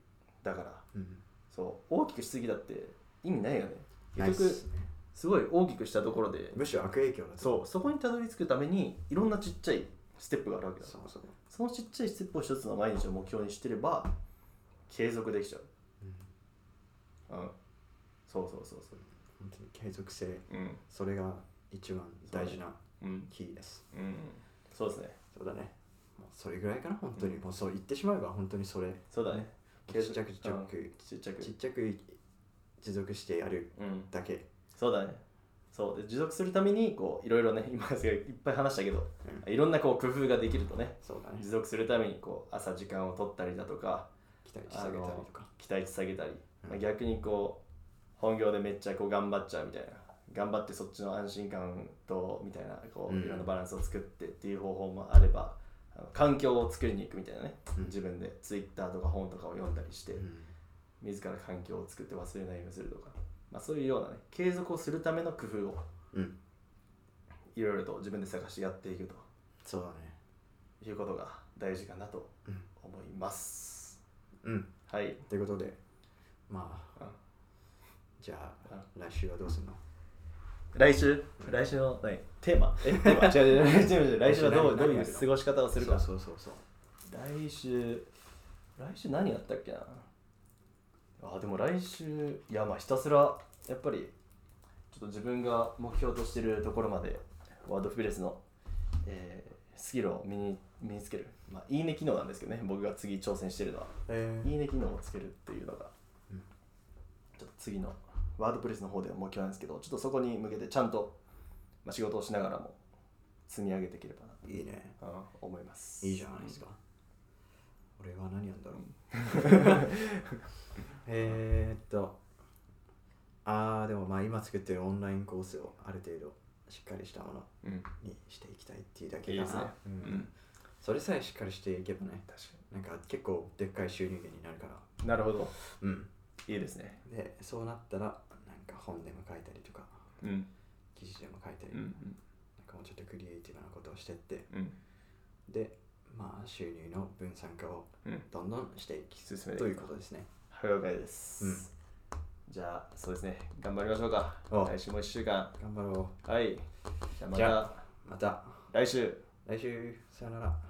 だから
うん
そう大きくしすぎだって意味ないよね
ナイ
結
ス
局すごい大きくしたところで
むしろ悪影響だと
そうそこにたどり着くためにいろんなちっちゃいステップがあるわけだ
そうそう
そのちっちゃいステップを一つの毎日を目標にしてれば継続できちゃう
うん
うんそうそうそうそ
本当に継続性
ううん
それが一番大事な
うん
キーです
うんそうですね
そうだねもうそれぐらいかな本当に、もうそう言ってしまえば本当にそれ
そうだね
ちっちゃくちっちゃく
ちっちゃく
ちっちゃく持続してやる
うん
だけ
そうだねそうで持続するためにこういろいろね *laughs* 今すごいいっぱい話したけどいろんなこう工夫ができるとね
そうだね
持続するためにこう朝時間を取ったりだとか
期待値下げたりとか
期待値下げたり、まあ
うん
逆にこう本業でめっちゃこう頑張っちゃうみたいな頑張ってそっちの安心感とみたいなこう
うん
いろんなバランスを作ってっていう方法もあれば、あの環境を作りに行くみたいなね、
うん
自分で Twitter とか本とかを読んだりして、
うん
自ら環境を作って忘れないようにするとか、まあ、そういうようなね継続をするための工夫を
うん
いろいろと自分で探してやっていく
そうだね
ということが大事かなと
うん
思います。
うん
はい、
ということでまあ
うん
じゃあ来週はどうするの
来週来週の何テーマえテーマ *laughs* 違う違う違う違う来週はどうどう
来週何
い
や
う
るの
過ごし方をするか
そうそうそう
来週来週何やったっけなあでも来週いやまあひたすらやっぱりちょっと自分が目標としてるところまでワードプレスの、えースキルを身に身につける、まあ、いいね機能なんですけどね僕が次挑戦してるのは
え
いいね機能をつけるっていうのが、
うん
ちょっと次のワードプレスの方では目標なんですけどちょっとそこに向けてちゃんと、まあ、仕事をしながらも積み上げていければな
ーいいね
とうん思います
いいじゃないですか。俺は何やんだろう。
*laughs*
えーっと、ああ、でもまあ今作ってるオンラインコースをある程度しっかりしたもの
うん
にしていきたいっていうだ
い
け
い
か
ですね
な。
う
うん
ん
それさえしっかりしていけばね、
確か
なんか結構でっかい収入源になるから。
になるほど
うん。
いいですね
で、そうなったら、なんか本でも書いたりとか、
うん
記事でも書いたり、
うん
なんかもうちょっとクリエイティブなことをしてって、
うん
で、まあ収入の分散化を
うん
どんどんしていき
進めていく
ということですね。
了解です、じゃあそうですね頑張りましょうか
お
来週も1週間
頑張ろ
はいじゃあま
じゃ
た
う。また
来週
来週、さよなら。